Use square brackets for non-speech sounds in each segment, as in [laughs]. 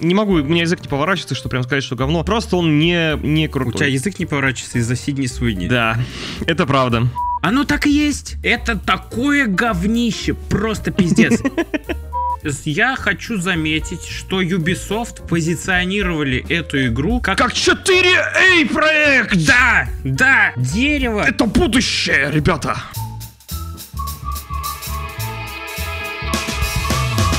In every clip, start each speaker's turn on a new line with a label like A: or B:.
A: Не могу, у меня язык не поворачивается, что прям сказать, что говно. Просто он не, не
B: У
A: крутой.
B: тебя язык не поворачивается из-за Сидни Суини.
A: Да, это правда.
B: Оно так и есть. Это такое говнище, просто пиздец. [laughs] С- Я хочу заметить, что Ubisoft позиционировали эту игру как...
A: Как 4A проект!
B: Да! Да! Дерево!
A: Это будущее, ребята!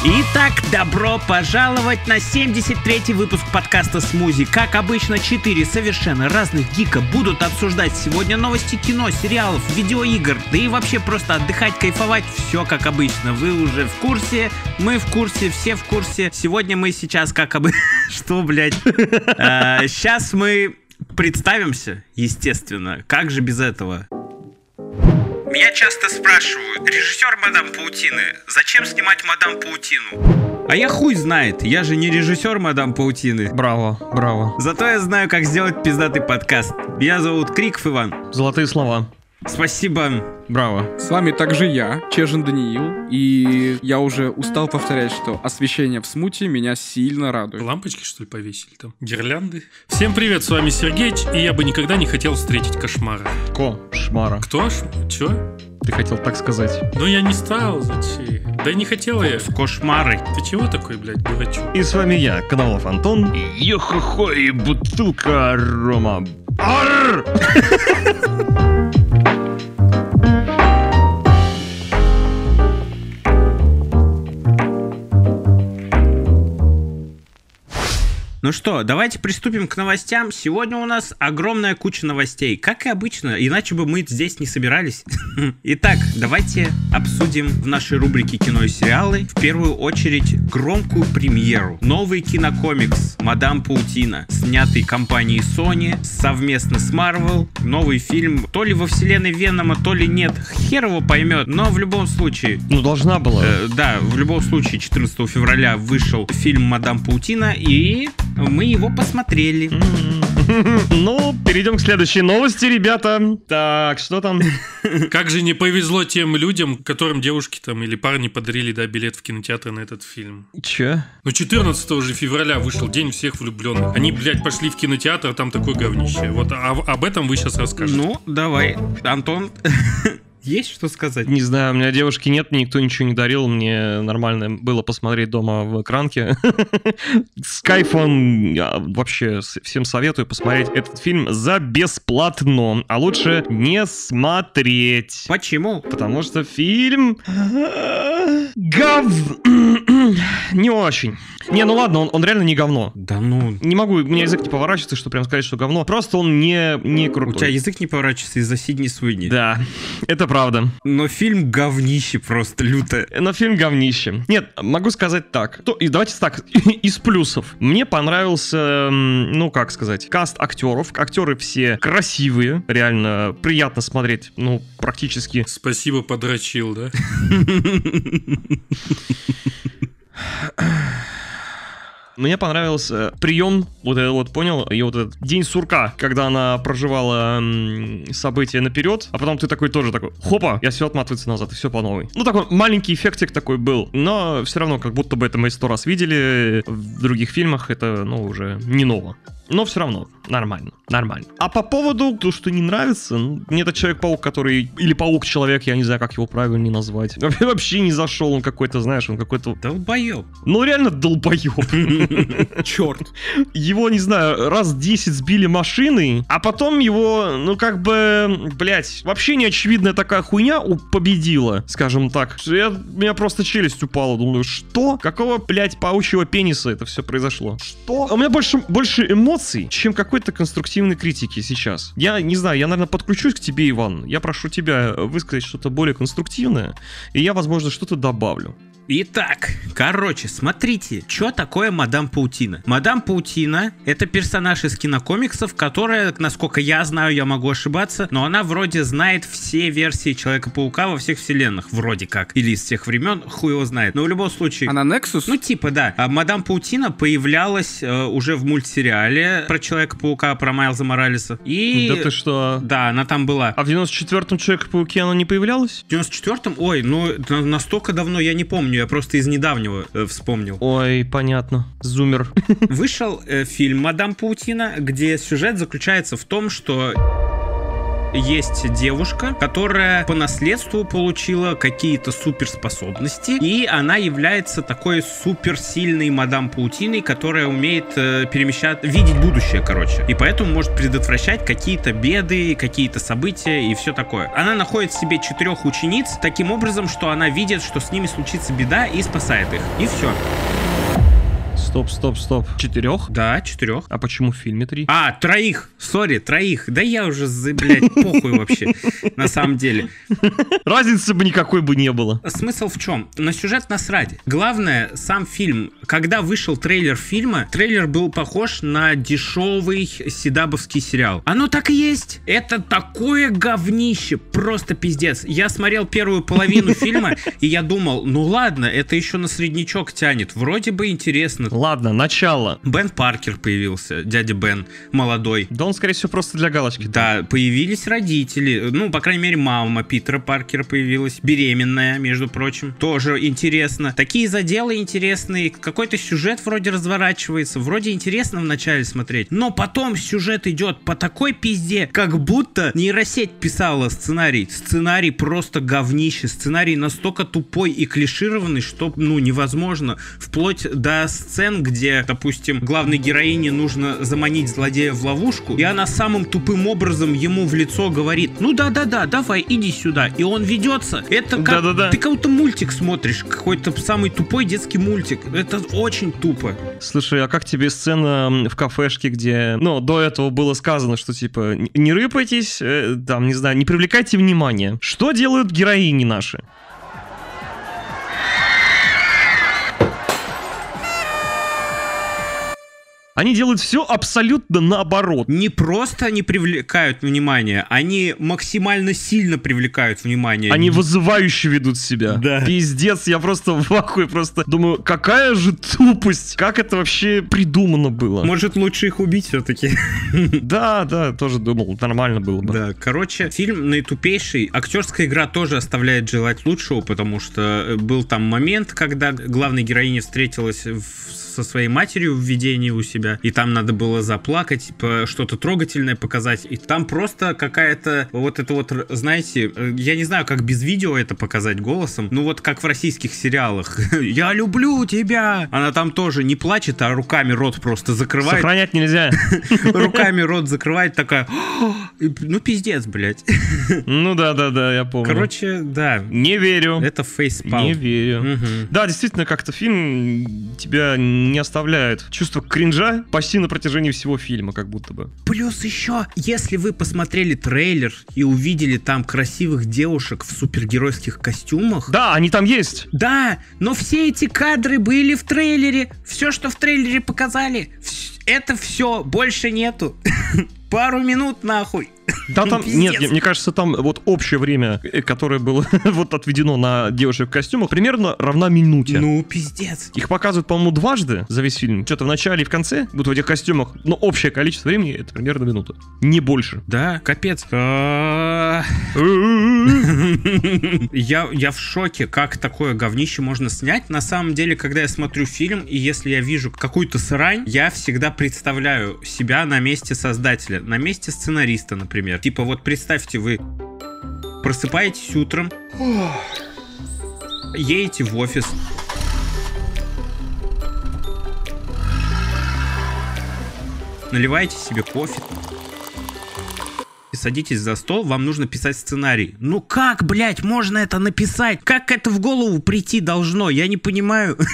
B: Итак, добро пожаловать на 73-й выпуск подкаста «Смузи». Как обычно, 4 совершенно разных гика будут обсуждать сегодня новости кино, сериалов, видеоигр, да и вообще просто отдыхать, кайфовать, все как обычно. Вы уже в курсе, мы в курсе, все в курсе. Сегодня мы сейчас как обычно... [laughs] Что, блядь? А, Сейчас мы представимся, естественно. Как же без этого? Меня часто спрашивают, режиссер «Мадам Паутины», зачем снимать «Мадам Паутину»? А я хуй знает, я же не режиссер «Мадам Паутины».
A: Браво, браво.
B: Зато я знаю, как сделать пиздатый подкаст. Меня зовут Криков Иван.
A: Золотые слова.
B: Спасибо.
A: Браво.
C: С вами также я, Чежин Даниил, и я уже устал повторять, что освещение в смуте меня сильно радует.
D: Лампочки, что ли, повесили там? Гирлянды? Всем привет, с вами Сергеич, и я бы никогда не хотел встретить кошмара.
A: Кошмара.
D: Кто ж? Чё?
A: Ты хотел так сказать.
D: Ну я не стал, зачем? Да и не хотел я.
B: В кошмары.
D: Ты чего такой, блядь,
A: [laughs]
D: дурачок?
A: И с вами я, Коновалов Антон. Йо-хо-хо и бутылка рома. Арр!
B: Ну что, давайте приступим к новостям. Сегодня у нас огромная куча новостей. Как и обычно, иначе бы мы здесь не собирались. [laughs] Итак, давайте обсудим в нашей рубрике кино и сериалы в первую очередь громкую премьеру. Новый кинокомикс «Мадам Паутина», снятый компанией Sony совместно с Marvel. Новый фильм то ли во вселенной Венома, то ли нет. Хер его поймет, но в любом случае
A: Ну, должна была.
B: Э, да, в любом случае, 14 февраля вышел фильм «Мадам Паутина», и мы его посмотрели.
A: М-м. [laughs] Ну, перейдем к следующей новости, ребята. Так, что там?
D: Как же не повезло тем людям, которым девушки там или парни подарили, да, билет в кинотеатр на этот фильм.
A: Че?
D: Ну 14 же февраля вышел День всех влюбленных. Они, блядь, пошли в кинотеатр, а там такое говнище. Вот а- об этом вы сейчас расскажете.
B: Ну, давай, Антон, [laughs] есть что сказать?
A: Не знаю, у меня девушки нет, мне никто ничего не дарил, мне нормально было посмотреть дома в экранке. [laughs] Скайф, он я вообще с- всем советую посмотреть этот фильм за бесплатно, а лучше не смотреть.
B: Почему?
A: Потому что
B: [laughs]
A: фильм... Гов... [clears throat] Не очень. Не, ну ладно, он, он реально не говно.
B: Да ну...
A: Не могу, у меня язык не поворачивается, что прям сказать, что говно. Просто он не, не
B: У
A: крутой.
B: тебя язык не поворачивается из-за Сидни Суини.
A: Да, это правда.
B: Но фильм говнище просто люто.
A: Но фильм говнище. Нет, могу сказать так. То- и давайте так, [laughs] из плюсов. Мне понравился, м, ну как сказать, каст актеров. Актеры все красивые, реально приятно смотреть, ну практически.
D: Спасибо, подрочил, да?
A: Мне понравился прием, вот это вот, понял? И вот этот день сурка, когда она проживала м, события наперед, а потом ты такой тоже такой, хопа, я все отматывается назад, и все по новой. Ну, такой маленький эффектик такой был, но все равно, как будто бы это мы сто раз видели в других фильмах, это, ну, уже не ново. Но все равно, нормально, нормально. А по поводу, то, что не нравится, ну, мне этот Человек-паук, который... Или Паук-человек, я не знаю, как его правильно назвать. [laughs] Вообще не зашел, он какой-то, знаешь, он какой-то...
B: Долбоеб.
A: Ну, реально долбоеб.
C: Черт.
A: Его, не знаю, раз 10 сбили машины, а потом его, ну как бы, блять, вообще неочевидная такая хуйня у- победила, скажем так. Что Я, у меня просто челюсть упала, думаю, что? Какого, блять, паучьего пениса это все произошло? Что? У меня больше, больше эмоций, чем какой-то конструктивной критики сейчас. Я не знаю, я, наверное, подключусь к тебе, Иван. Я прошу тебя э, высказать что-то более конструктивное, и я, возможно, что-то добавлю.
B: Итак, короче, смотрите, что такое Мадам Паутина. Мадам Паутина — это персонаж из кинокомиксов, которая, насколько я знаю, я могу ошибаться, но она вроде знает все версии Человека-паука во всех вселенных, вроде как. Или из всех времен, хуй его знает. Но в любом случае...
C: А на Nexus?
B: Ну, типа, да. А Мадам Паутина появлялась э, уже в мультсериале про Человека-паука, про Майлза Моралеса. И...
A: Да ты что?
B: Да, она там была.
A: А в 94-м Человек-пауке она не появлялась?
B: В 94-м? Ой, ну, на- настолько давно я не помню. помню, я просто из недавнего э, вспомнил.
A: Ой, понятно. Зумер.
B: Вышел э, фильм «Мадам Паутина», где сюжет заключается в том, что есть девушка, которая по наследству получила какие-то суперспособности, и она является такой суперсильной мадам паутиной, которая умеет э, перемещать, видеть будущее, короче, и поэтому может предотвращать какие-то беды, какие-то события и все такое. Она находит в себе четырех учениц таким образом, что она видит, что с ними случится беда и спасает их. И все.
A: Стоп, стоп, стоп. Четырех?
B: Да, четырех.
A: А почему в фильме три?
B: А, троих, сори, троих. Да я уже, за- блядь, похуй вообще, на самом деле.
A: А, Разницы бы никакой бы не было.
B: Смысл в чем? На сюжет насрать. Главное, сам фильм. Когда вышел трейлер фильма, трейлер был похож на дешевый седабовский сериал. Оно так и есть. Это такое говнище, просто пиздец. Я смотрел первую половину фильма, и я думал, ну ладно, это еще на среднячок тянет. Вроде бы интересно.
A: Ладно, начало.
B: Бен Паркер появился, дядя Бен, молодой.
A: Да он, скорее всего, просто для галочки.
B: Да, появились родители. Ну, по крайней мере, мама Питера Паркера появилась. Беременная, между прочим. Тоже интересно. Такие заделы интересные. Какой-то сюжет вроде разворачивается. Вроде интересно вначале смотреть. Но потом сюжет идет по такой пизде, как будто нейросеть писала сценарий. Сценарий просто говнище. Сценарий настолько тупой и клишированный, что, ну, невозможно. Вплоть до сцен, где, допустим, главной героине нужно заманить злодея в ловушку, и она самым тупым образом ему в лицо говорит, ну да-да-да, давай, иди сюда. И он ведется. Это как...
A: Да-да-да.
B: Ты как будто мультик смотришь, какой-то самый тупой детский мультик. Это очень тупо.
A: Слушай, а как тебе сцена м, в кафешке, где, ну, до этого было сказано, что, типа, «Н- не рыпайтесь, э, там, не знаю, не привлекайте внимания. Что делают героини наши? Они делают все абсолютно наоборот.
B: Не просто они привлекают внимание, они максимально сильно привлекают внимание.
A: Они вызывающе ведут себя.
B: Да.
A: Пиздец, я просто в ахуе, просто думаю, какая же тупость, как это вообще придумано было.
B: Может, лучше их убить все-таки.
A: Да, да, тоже думал, нормально было бы.
B: Да, короче, фильм наитупейший. Актерская игра тоже оставляет желать лучшего, потому что э, был там момент, когда главная героиня встретилась в- со своей матерью в видении у себя, и там надо было заплакать, типа, что-то трогательное показать, и там просто какая-то вот это вот, р- знаете, э, я не знаю, как без видео это показать голосом, ну вот как в российских сериалах. [laughs] «Я люблю тебя!» Она там тоже не плачет, а руками рот просто закрывает,
A: Сохранять
B: [laughs]
A: нельзя.
B: руками рот закрывает, такая, «О!» И, ну пиздец, блядь.
A: Ну да, да, да, я помню.
B: Короче, да,
A: не верю.
B: это фейспал.
A: Ну, Не верю.
B: Мгм.
A: Да, действительно, как-то фильм тебя не оставляет. Чувство кринжа почти на протяжении всего фильма, как будто бы.
B: Плюс еще, если вы посмотрели трейлер и увидели там красивых девушек в супергеройских костюмах,
A: Да, они там есть.
B: Да, но все эти кадры были в трейлере. Все, что в трейлере показали, вс- это все, больше нету. [laughs] Пару минут нахуй.
A: Да, там,
B: Пиздец.
A: нет, мне- мне кажется, там вот общее время, э, которое было [laughs] вот отведено на девушек в костюмах, примерно равна минуте.
B: Ну, пиздец.
A: Их показывают, по-моему, дважды за весь фильм. Что-то в начале и в конце, вот в этих костюмах. Но общее количество времени это примерно минута. Не больше.
B: [laughs] Да, капец. А, Я, я в шоке, как такое говнище можно снять. На самом деле, когда я смотрю фильм, и если я вижу какую-то срань, я всегда представляю себя на месте создателя, на месте сценариста, например. Типа вот представьте, вы просыпаетесь утром, едете в офис, наливаете себе кофе, и садитесь за стол, вам нужно писать сценарий. Ну как, блядь, можно это написать? Как это в голову прийти должно? Я не понимаю. [laughs]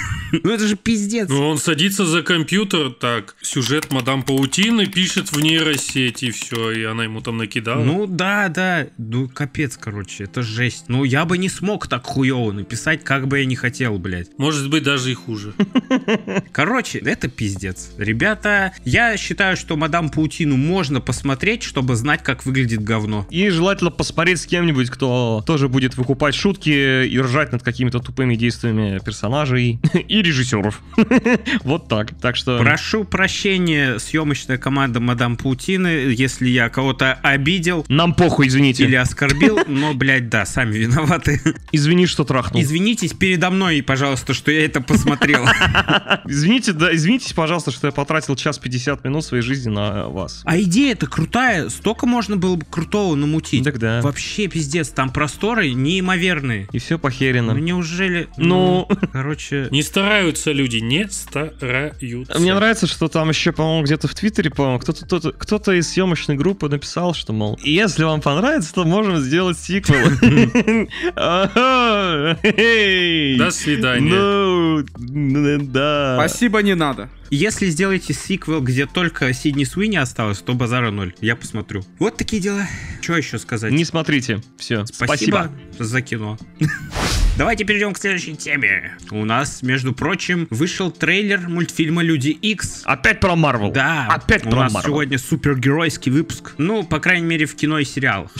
B: Ну это же пиздец.
D: Ну, он садится за компьютер, так, сюжет мадам паутины пишет в нейросети, и все, и она ему там накидала.
B: Ну да, да, ну капец, короче, это жесть. Ну я бы не смог так хуёво написать, как бы я не хотел, блядь.
D: Может быть, даже и хуже.
B: Короче, это пиздец. Ребята, я считаю, что «Мадам Паутину» можно посмотреть, чтобы знать, как выглядит говно.
A: И желательно посмотреть с кем-нибудь, кто тоже будет выкупать шутки и ржать над какими-то тупыми действиями персонажей [laughs] и режиссеров. Вот так. Так что...
B: Прошу прощения, съемочная команда Мадам Паутины, если я кого-то обидел
A: Нам похуй, извините.
B: или оскорбил, но, блядь, да, сами виноваты.
A: Извини, что трахнул.
B: Извинитесь передо мной, пожалуйста, что я это посмотрел.
A: [laughs] Извините, да, извинитесь, пожалуйста, что я потратил час 50 минут своей жизни на вас.
B: А идея-то крутая, столько можно было бы крутого намутить.
A: Тогда.
B: Вообще пиздец, там просторы неимоверные.
A: И все
B: Ну
A: похерено.
B: неужели...
A: Ну.
B: Короче...
D: Не стараются люди,
A: А
D: не стараются.
A: Мне нравится, что там еще, по-моему, где-то в Твиттере, по-моему, кто-то, кто-то, кто-то из съемочной группы написал, что, мол, если вам понравится, то можем сделать [laughs] сиквел. Ага, [laughs] эй.
D: До свидания.
A: Ну, н- да.
C: [laughs] Спасибо, не надо.
B: Если сделаете сиквел, где только Сидни Суини осталось, то базара ноль. Я посмотрю. Вот такие дела. Что еще сказать?
A: Не смотрите. Все. Спасибо.
B: за кино. [laughs] Давайте перейдем к следующей теме. У нас, между прочим, вышел трейлер мультфильма Люди Икс.
A: Опять про Марвел.
B: Да,
A: Опять
B: у
A: про
B: нас
A: Марвел.
B: сегодня супергеройский выпуск. Ну, по крайней мере, в кино и сериалах.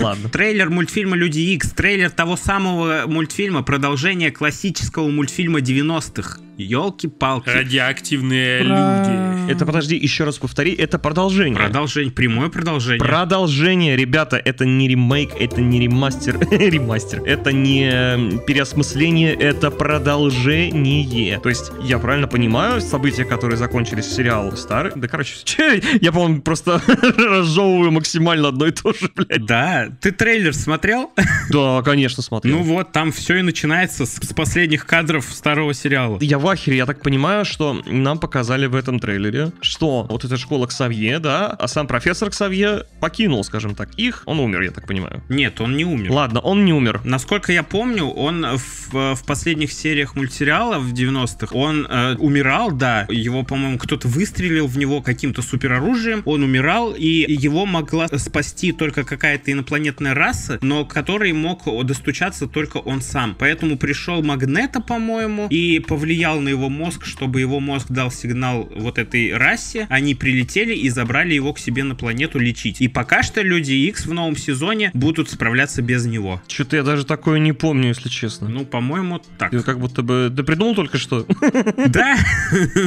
A: Ладно.
B: Трейлер мультфильма Люди Икс, трейлер того самого мультфильма, продолжение классического мультфильма 90-х. Елки-палки.
D: Радиоактивные э, люди.
A: Это подожди, еще раз повтори. Это продолжение.
B: Продолжение, прямое продолжение.
A: Продолжение, ребята, это не ремейк, это не ремастер, [laughs] ремастер, это не м, переосмысление, это продолжение. То есть, я правильно понимаю, события, которые закончились в сериале старый, да короче, че, [laughs] я, по-моему, просто [laughs] разжевываю максимально одно и то же, блядь.
B: Да, ты трейлер смотрел?
A: Да, конечно, смотрю.
B: Ну вот, там все и начинается с, с последних кадров старого сериала.
A: Я в ахере, я так понимаю, что нам показали в этом трейлере, что вот эта школа Ксавье, да, а сам профессор Ксавье покинул, скажем так, их, он умер, я так понимаю.
B: Нет, он не умер.
A: Ладно, он не умер.
B: Насколько я помню, он в, в последних сериях мультсериала в 90-х, он э, умирал, да, его, по-моему, кто-то выстрелил в него каким-то супероружием, он умирал, и его могла спасти только какая-то инопланетная раса, но к которой мог достучаться только он сам. Поэтому пришел Магнета, по-моему, и повлиял на его мозг, чтобы его мозг дал сигнал вот этой расе, они прилетели и забрали его к себе на планету лечить. И пока что Люди Икс в новом сезоне будут справляться без него.
A: Что-то я даже такое не помню, если честно.
B: Ну, по-моему, так.
A: Ты как будто бы... Ты придумал только что? [laughs]
B: Да,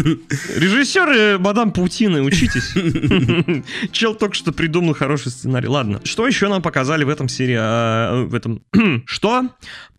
A: Режиссеры э, Мадам Паутины, [laughs] учитесь. Чел только что придумал хороший сценарий. Ладно. Что еще нам показали в этом серии... а, В этом... [clears throat] Что?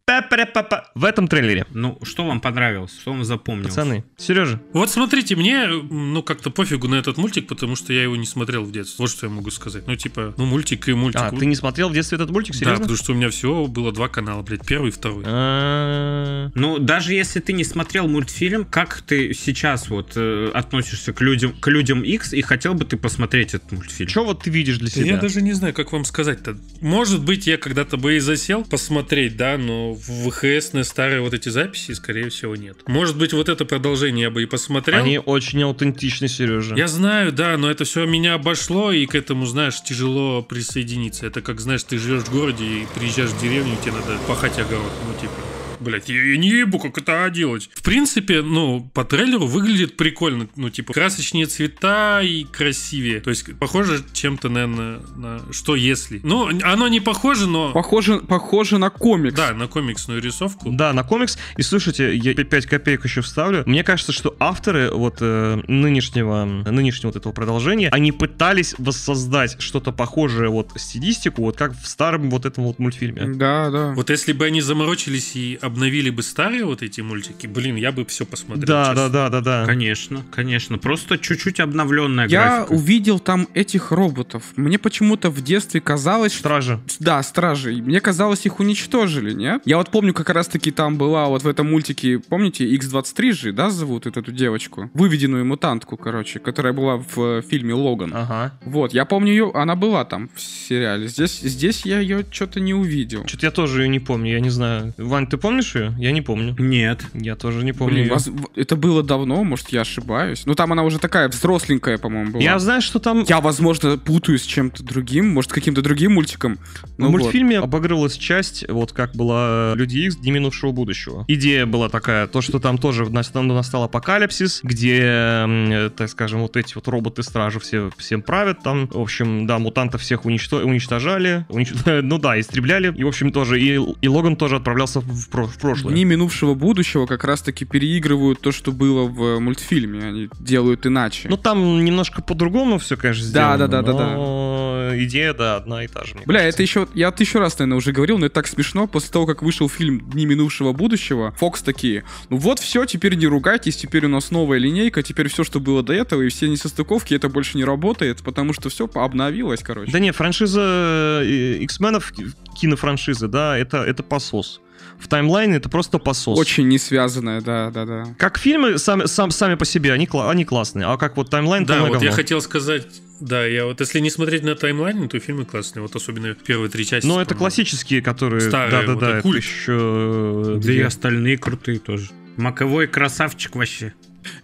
A: Па-па-па-па. В этом трейлере.
B: Ну, что вам понравилось? Что вам запомнилось?
A: Пацаны. Сережа.
D: Вот смотрите, мне, ну, как-то пофигу на этот мультик, потому что я его не смотрел в детстве. Вот что я могу сказать. Ну, типа, ну, мультик и мультик.
A: А, ты не смотрел в детстве этот мультик?
D: Да,
A: Серьезно?
D: потому что у меня всего было два канала, блядь, первый и второй.
A: А,
B: Ну, даже если ты не смотрел мультфильм, как ты сейчас вот э, относишься к людям, к людям X и хотел бы ты посмотреть этот мультфильм?
A: Что вот ты видишь для
D: Я
A: себя?
D: даже не знаю, как вам сказать-то. Может быть, я когда-то бы и засел посмотреть, да, но в ВХС на старые вот эти записи, скорее всего, нет. Может быть, вот это продолжение я бы и посмотрел.
A: Они очень аутентичны, Сережа.
D: Я знаю, да, но это все меня обошло, и к этому, знаешь, тяжело присоединиться. Это как, знаешь, ты живешь в городе и приезжаешь в деревню, и тебе надо пахать огород. Ну, типа, Блять, я, я не ебу, как это делать. В принципе, ну, по трейлеру выглядит прикольно. Ну, типа, красочнее цвета и красивее. То есть, похоже чем-то, наверное, на что если. Ну, оно не похоже, но...
C: Похоже, похоже на комикс.
D: Да, на комиксную рисовку.
A: Да, на комикс. И слушайте, я 5 копеек еще вставлю. Мне кажется, что авторы вот э, нынешнего, нынешнего вот этого продолжения, они пытались воссоздать что-то похожее вот стилистику, вот как в старом вот этом вот мультфильме.
C: Да, да.
D: Вот если бы они заморочились и обновили бы старые вот эти мультики, блин, я бы все посмотрел.
A: Да,
D: честно.
A: да, да, да, да.
B: Конечно, конечно. Просто чуть-чуть обновленная
C: Я
B: графика.
C: увидел там этих роботов. Мне почему-то в детстве казалось, что...
A: Стражи.
C: Да, стражей. Мне казалось, их уничтожили, не? Я вот помню, как раз-таки там была вот в этом мультике, помните, X-23 же, да, зовут эту, эту девочку? Выведенную мутантку, короче, которая была в э, фильме «Логан».
A: Ага.
C: Вот, я помню ее, она была там в сериале. Здесь, здесь я ее что-то не увидел.
A: Что-то я тоже ее не помню, я не знаю. Вань, ты помнишь ее? Я не помню.
B: Нет.
A: Я тоже не помню.
C: Блин,
A: её.
C: воз- в- это было давно, может, я ошибаюсь. Ну, там она уже такая взросленькая, по-моему, была.
A: Я знаю, что там
C: Я, возможно, путаю с чем-то другим, может, каким-то другим мультиком. Ну,
A: в
C: вот.
A: мультфильме обыгрывалась часть, вот как была э, Люди Икс, Дни минувшего будущего. Идея была такая, то, что там тоже нас- там настал апокалипсис, где, м, э, так скажем, вот эти вот роботы-стражи все, всем правят там. В общем, да, мутантов всех уничто- уничтожали, унич- [laughs] ну да, истребляли. И, в общем, тоже, и, и Логан тоже отправлялся в, про- в прошлое.
C: Дни минувшего будущего как раз-таки переигрывают то, что было в э, мультфильме. Они делают иначе.
A: Ну, там немножко по-другому все, конечно,
C: Да,
A: сделано.
C: да, да, да, да.
A: но Идея, да, одна и та же. мне
C: Бля,
A: кажется.
C: это еще... Я тысячу раз, наверное, уже говорил, но это так смешно. После того, как вышел фильм «Дни минувшего будущего», Фокс такие, ну вот все, теперь не ругайтесь, теперь у нас новая линейка, теперь все, что было до этого, и все несостыковки, это больше не работает, потому что все обновилось, короче.
A: Да не, франшиза э, X-менов, кинофраншиза, да, это, это посос. В таймлайне это просто посос.
C: Очень не связанное, да, да, да.
A: Как фильмы сами, сам, сами по себе, они, кла- они классные, а как вот таймлайн,
D: Да,
A: полное
D: вот я
A: говно.
D: хотел сказать, да, я вот если не смотреть на таймлайн, то фильмы классные, вот особенно первые три части.
A: Но Ну, это
D: по-моему.
A: классические, которые...
D: Старые,
A: да, да,
D: вот
A: да,
D: и
A: это
D: культ.
A: еще... э,
B: Да и остальные крутые тоже. Маковой красавчик вообще.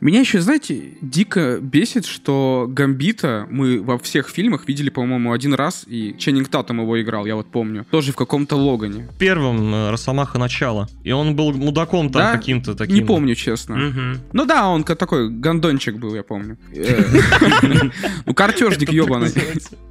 C: Меня еще, знаете, дико бесит, что Гамбита мы во всех фильмах видели, по-моему, один раз, и Ченнинг Татум его играл, я вот помню. Тоже в каком-то Логане.
A: В первом э, Росомаха начало. И он был мудаком там
C: Да?
A: каким-то таким.
C: Не помню, честно.
B: Мгм.
C: Ну да, он ка- такой гандончик был, я помню. Э, [laughs] Ну, картежник ебаный.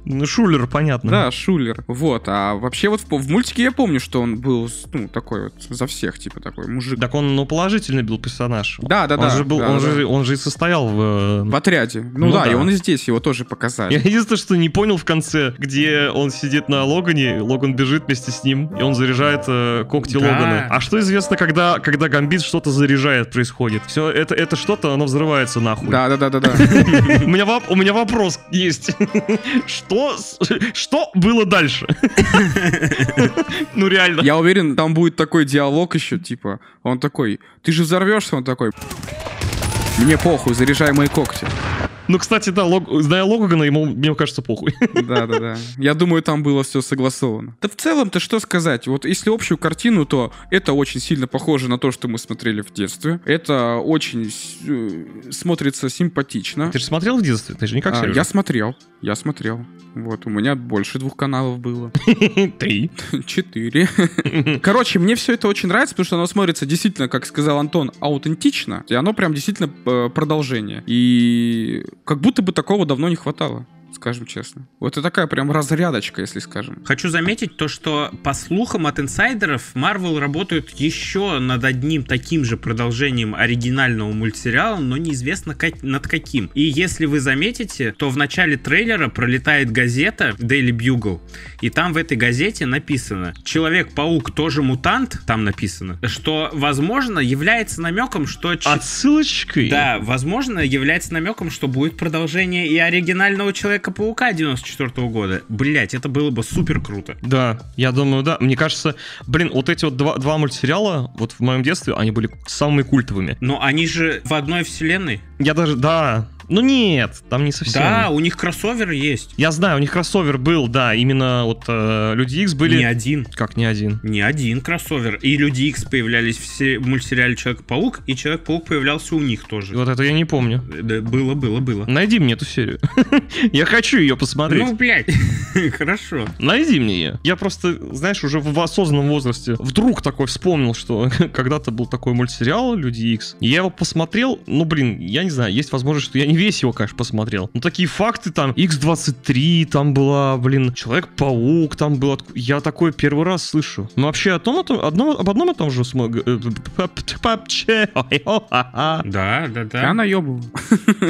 A: Ну, Шулер, понятно.
C: Да, шулер. Вот, а вообще вот в по- в мультике я помню, что он был, с- ну, такой вот, за всех, типа, такой мужик.
A: Так он, ну, положительный был персонаж.
C: Да, да,
A: он
C: да.
A: Же был,
C: да,
A: он,
C: да.
A: Же, он же и состоял в... э,
C: В отряде. Ну,
A: Ну
C: да, и
A: да.
C: он и здесь его тоже показали.
A: Я единственное, что не понял в конце, где он сидит на Логане, Логан бежит вместе с ним, и он заряжает э, когти
B: Да.
A: Логана. А что известно, когда, когда Гамбит что-то заряжает, происходит? Все, это, это что-то, оно взрывается нахуй.
C: [laughs] Да, да, да, да, да.
A: [laughs] У, меня воп- у меня вопрос есть. [laughs] Что, с- что было дальше? [laughs] Ну реально.
C: Я уверен, там будет такой диалог еще, типа, он такой, ты же взорвешься, он такой, мне похуй, заряжай мои когти.
A: Ну, кстати, да, Лог- зная Логана, ему, мне кажется, похуй.
C: Да, да, да. Я думаю, там было все согласовано. Да в целом-то что сказать? Вот если общую картину, то это очень сильно похоже на то, что мы смотрели в детстве. Это очень с- э, смотрится симпатично.
A: Ты же смотрел в детстве? Ты же никак
C: А,
A: Сережа?
C: я смотрел, я смотрел. Вот, у меня больше двух каналов было.
A: Три.
C: Четыре. Короче, мне все это очень нравится, потому что оно смотрится действительно, как сказал Антон, аутентично. И оно прям действительно э, продолжение. И как будто бы такого давно не хватало, скажем честно. Вот это такая прям разрядочка, если скажем.
B: Хочу заметить то, что по слухам от инсайдеров Marvel работают еще над одним таким же продолжением оригинального мультсериала, но неизвестно как- над каким. И если вы заметите, то в начале трейлера пролетает газета Daily Bugle, и там в этой газете написано «Человек-паук тоже мутант», там написано, что, возможно, является намеком, что... ч-
A: Отсылочкой?
B: Да, возможно, является намеком, что будет продолжение и оригинального Человека-паука 94 года. Блять, это было бы супер круто.
A: Да, я думаю, да. Мне кажется, блин, вот эти вот два, два мультсериала, вот в моем детстве, они были самыми культовыми.
B: Но они же в одной вселенной.
A: Я даже, да, ну нет, там не совсем.
B: Да, у них кроссовер есть.
A: Я знаю, у них кроссовер был, да, именно вот э, Люди Икс были...
B: Не один.
A: Как не один?
B: Не один кроссовер. И Люди Икс появлялись в се- в мультсериале Человек-паук, и Человек-паук появлялся у них тоже.
A: Вот это я не помню.
B: Да, было, было, было.
A: Найди мне эту серию. [laughs] я хочу ее посмотреть.
B: Ну, блядь, [laughs] хорошо.
A: Найди мне ее. Я просто, знаешь, уже в осознанном возрасте вдруг такой вспомнил, что [laughs] когда-то был такой мультсериал «Люди Икс». Я его посмотрел, ну, блин, я не знаю, есть возможность, что я не весь его, конечно, посмотрел. Но такие факты там, X-23, там была, блин, Человек-паук, там был... отк- Я такой первый раз слышу. Мы вообще о том, о том- одно- об одном и том же смо- г- э, пап- папче. Ой-о-а-а.
B: Да, да,
C: Я
B: да.
C: наебывал.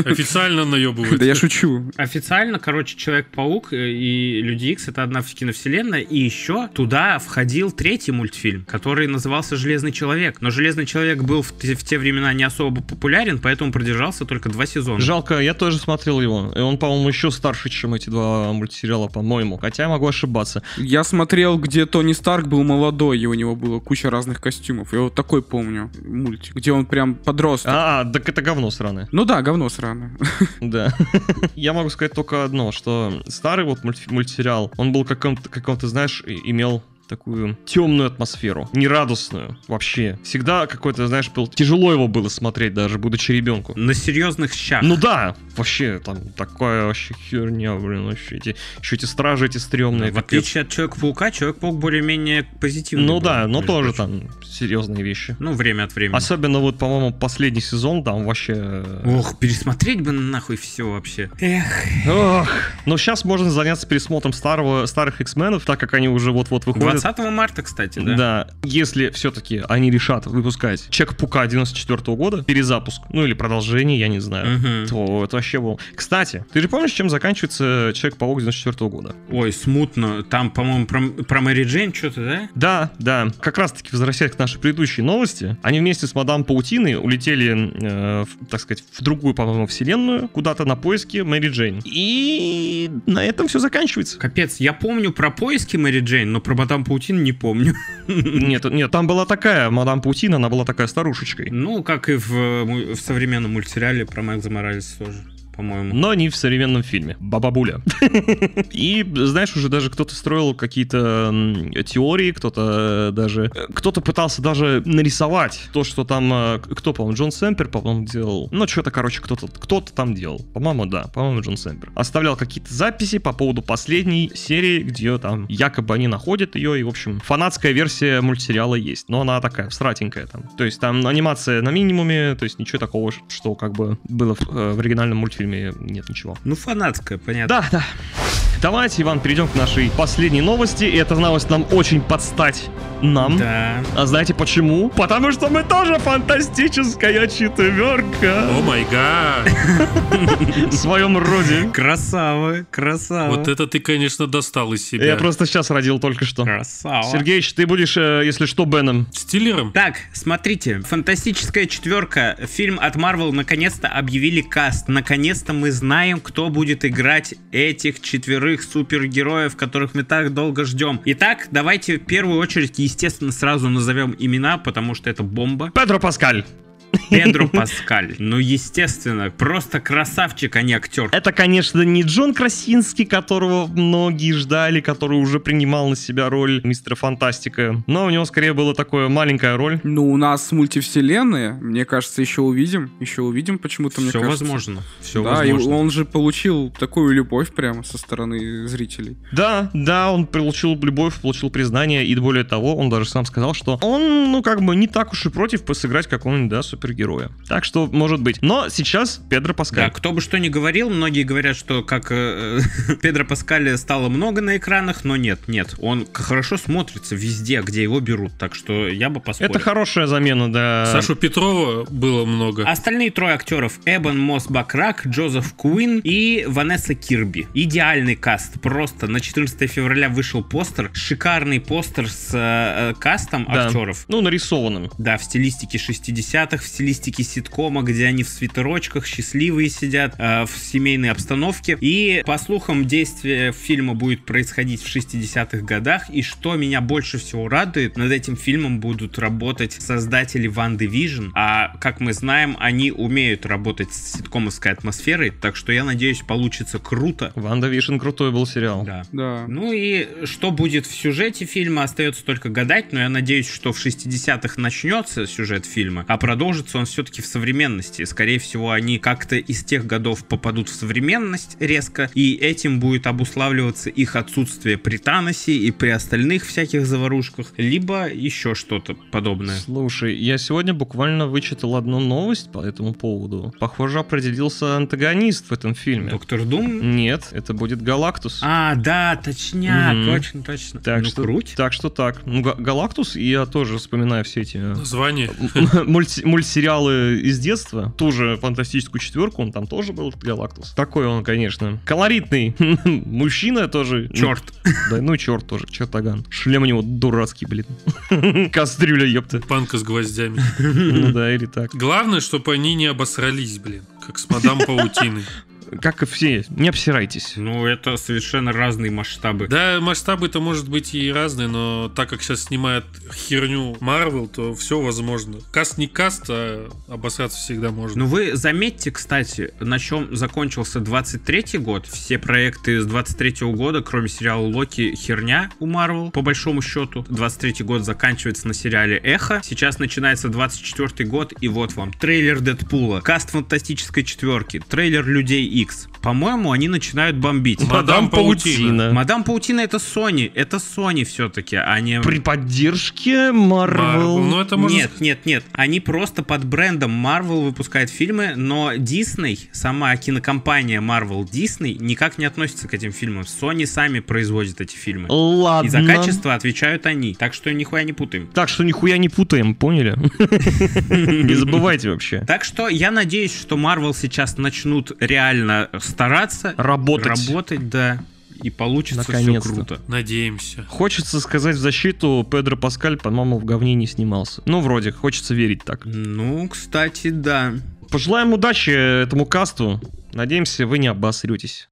D: Официально наебывают.
C: Да я шучу.
B: Официально, короче, Человек-паук э, и Люди Икс это одна в- киновселенная, и еще туда входил третий мультфильм, который назывался Железный человек. Но Железный человек был в, те- в те времена не особо популярен, поэтому продержался только два
A: [laughs]
B: сезона.
A: Жалко, я тоже смотрел его. И он, по-моему, еще старше, чем эти два мультсериала, по-моему. Хотя я могу ошибаться.
C: Я смотрел, где Тони Старк был молодой, и у него было куча разных костюмов. Я вот такой помню мультик, где он прям подросток.
A: А, так это говно сраное.
C: Ну да, говно сраное. [laughs]
A: Да. [laughs] Я могу сказать только одно, что старый вот мультф- мультсериал, он был каком-то, каком-то, знаешь, и- имел такую темную атмосферу, нерадостную вообще. Всегда какой-то, знаешь, был... тяжело его было смотреть, даже будучи ребенку.
B: На серьезных щах.
A: Ну да, вообще там такая вообще херня, блин, вообще эти, еще эти стражи эти стрёмные.
B: в
A: капец.
B: отличие от Человека-паука, Человек-паук более-менее позитивный.
A: Ну
B: был,
A: да, но
B: между
A: тоже
B: прочим.
A: там серьезные вещи.
B: Ну, время от времени.
A: Особенно вот, по-моему, последний сезон там вообще... э,
B: Ох, пересмотреть бы нахуй все вообще. Эх,
A: Ох. Но сейчас можно заняться пересмотром старого, старых X-менов, так как они уже вот-вот выходят.
B: 20 марта, кстати, да?
A: Да, если все-таки они решат выпускать Чек Пука 94 года, перезапуск, ну или продолжение, я не знаю,
B: Мгм.
A: то это вообще было. Кстати, ты же помнишь, чем заканчивается Человек-паук 94 года?
B: Ой, смутно. Там, по-моему, про, про Мэри Джейн что-то, да?
A: Да, да. Как раз-таки возвращаясь к нашей предыдущей новости, они вместе с мадам Паутиной улетели, э, в, так сказать, в другую, по-моему, вселенную, куда-то на поиски Мэри Джейн. И на этом все заканчивается.
B: Капец, я помню про поиски Мэри Джейн, но про Мадам Паутин не помню. [laughs]
A: Нет, нет, там была такая мадам Паутина, она была такая старушечкой.
B: Ну, как и в, э, му- в современном мультсериале про Мэгза Моралеса тоже, по-моему.
A: Но не в современном фильме. Бабабуля. И, знаешь, уже даже кто-то строил какие-то м, теории, кто-то даже... э, Кто-то пытался даже нарисовать то, что там... э, Кто, по-моему, Джон Сэмпер, по-моему, делал. Ну, что-то, короче, кто-то кто там делал. По-моему, да. По-моему, Джон Сэмпер. Оставлял какие-то записи по поводу последней серии, где там якобы они находят ее. И, в общем, фанатская версия мультсериала есть. Но она такая, всратенькая там. То есть там анимация на минимуме, то есть ничего такого, что как бы было в, э, в оригинальном мультфильме, нет ничего.
B: Ну, фанатская, понятно.
A: Да, да. Давайте, Иван, перейдем к нашей последней новости. И эта новость нам очень подстать нам.
B: Да.
A: А знаете почему? Потому что мы тоже фантастическая четверка
D: О май гад.
A: в своем роде.
B: Красава, красава.
D: Вот это ты, конечно, достал из себя.
A: Я просто сейчас родил только что.
B: Красава.
A: Сергеевич, ты будешь, э, если что, Беном.
D: С Тиллером?
B: Так, смотрите, фантастическая четверка, фильм от Marvel, наконец-то объявили каст, наконец-то мы знаем, кто будет играть этих четверых супергероев, которых мы так долго ждем. Итак, давайте в первую очередь, естественно, сразу назовем имена, потому что это бомба.
C: [laughs]
A: Педро Паскаль.
B: Педро Паскаль, ну естественно, просто красавчик, а не актер.
A: Это, конечно, не Джон Красинский, которого многие ждали, который уже принимал на себя роль мистера Фантастика. Но у него скорее была такая маленькая роль.
C: Ну, у нас мультивселенная, мне кажется, еще увидим. Еще увидим почему-то, мне
B: Все
C: кажется.
B: возможно, все
C: да, и
B: возможно.
C: он же получил такую любовь прямо со стороны зрителей.
A: Да, да, он получил любовь, получил признание, и более того, он даже сам сказал, что он, ну, как бы не так уж и против посыграть какого-нибудь, да, супергероя. Так что, может быть. Но сейчас Педро
B: Да,
A: Паскаль.
B: кто бы что ни говорил, многие говорят, что как э, э, [laughs] Педро Паскаля стало много на экранах, но нет, нет, он к- хорошо смотрится везде, где его берут, так что я бы поспорил.
A: Это хорошая замена, да.
D: Сашу Петрова было много.
B: Остальные трое актеров Эбон Мосс Бакрак, Джозеф Куин и Ванесса Кирби. Идеальный каст. Просто на 14 февраля вышел постер. Шикарный постер с э, э, кастом
A: Да.
B: актеров.
A: Ну, нарисованным.
B: Да, в стилистике 60-х, в стилистике ситкома, где они в свитерочках, счастливые сидят, э, в семейной обстановке. И, по слухам, действие фильма будет происходить в 60-х годах. И что меня больше всего радует, над этим фильмом будут работать создатели Ван Division. А, как мы знаем, они умеют работать с ситкомовской атмосферой, так что я надеюсь, получится круто.
A: Ванда Вишен крутой был сериал.
B: Да.
C: Да.
B: Ну и что будет в сюжете фильма, остается только гадать, но я надеюсь, что в 60-х начнется сюжет фильма, а продолжится он все-таки в современности. Скорее всего, они как-то из тех годов попадут в современность резко, и этим будет обуславливаться их отсутствие при Таносе и при остальных всяких заварушках, либо еще что-то подобное.
A: Слушай, я сегодня буквально вычитал одну новость по этому поводу. Похоже, определился антагонист в этом фильме.
B: Доктор Дум?
A: Нет, это будет Галактус.
B: А, да, точняк,
A: Мгм.
B: точно, точно.
A: Так
B: ну,
A: что,
B: круть.
A: так что так. Ну, Га- Галактус, и я тоже вспоминаю все эти э,
D: Название.
A: М- [laughs] мульти- мультсериалы из детства. Ту же фантастическую четверку, он там тоже был, Галактус. Такой он, конечно. Колоритный [laughs] мужчина тоже.
B: Черт.
A: Да, ну черт тоже, чертоган. Шлем у него дурацкий, блин. [laughs] Кастрюля, ёпта.
D: Панка с гвоздями.
A: Ну да, или так.
D: Главное, чтобы они не обосрались, блин. Как с мадам паутины.
A: как и все, не обсирайтесь.
B: Ну, это совершенно разные масштабы.
D: Да, масштабы-то, может быть, и разные, но так как сейчас снимает херню Марвел, то все возможно. Каст не каст, а обосраться всегда можно.
B: Ну вы заметьте, кстати, на чем закончился 23-й год. Все проекты с 23-го года, кроме сериала Локи, херня у Марвел, по большому счету. 23-й год заканчивается на сериале Эхо. Сейчас начинается 24-й год, и вот вам трейлер Дэдпула, каст фантастической четверки, трейлер Людей X. По-моему, они начинают бомбить.
D: Мадам Паутина.
A: Паутина.
B: Мадам Паутина это Sony, это Sony все-таки, а не...
A: При поддержке Marvel.
D: Ну, это можно...
B: Нет, нет, нет. Они просто под брендом Marvel выпускают фильмы, но Disney, сама кинокомпания Marvel Disney, никак не относится к этим фильмам. Sony сами производят эти фильмы.
A: Ладно.
B: И за качество отвечают они. Так что нихуя
A: [laughs]
B: не путаем.
A: Так что нихуя не путаем, поняли? Не забывайте вообще.
B: Так что я надеюсь, что Marvel сейчас начнут реально стараться
A: Работать.
B: работать, да. И получится все
A: Наконец-то.
B: круто.
D: Надеемся.
A: Хочется сказать в защиту, Педро Паскаль, по-моему, в говне не снимался. Ну, вроде, хочется верить так.
B: Ну, кстати, да.
A: Пожелаем удачи этому касту. Надеемся, вы не обосретесь.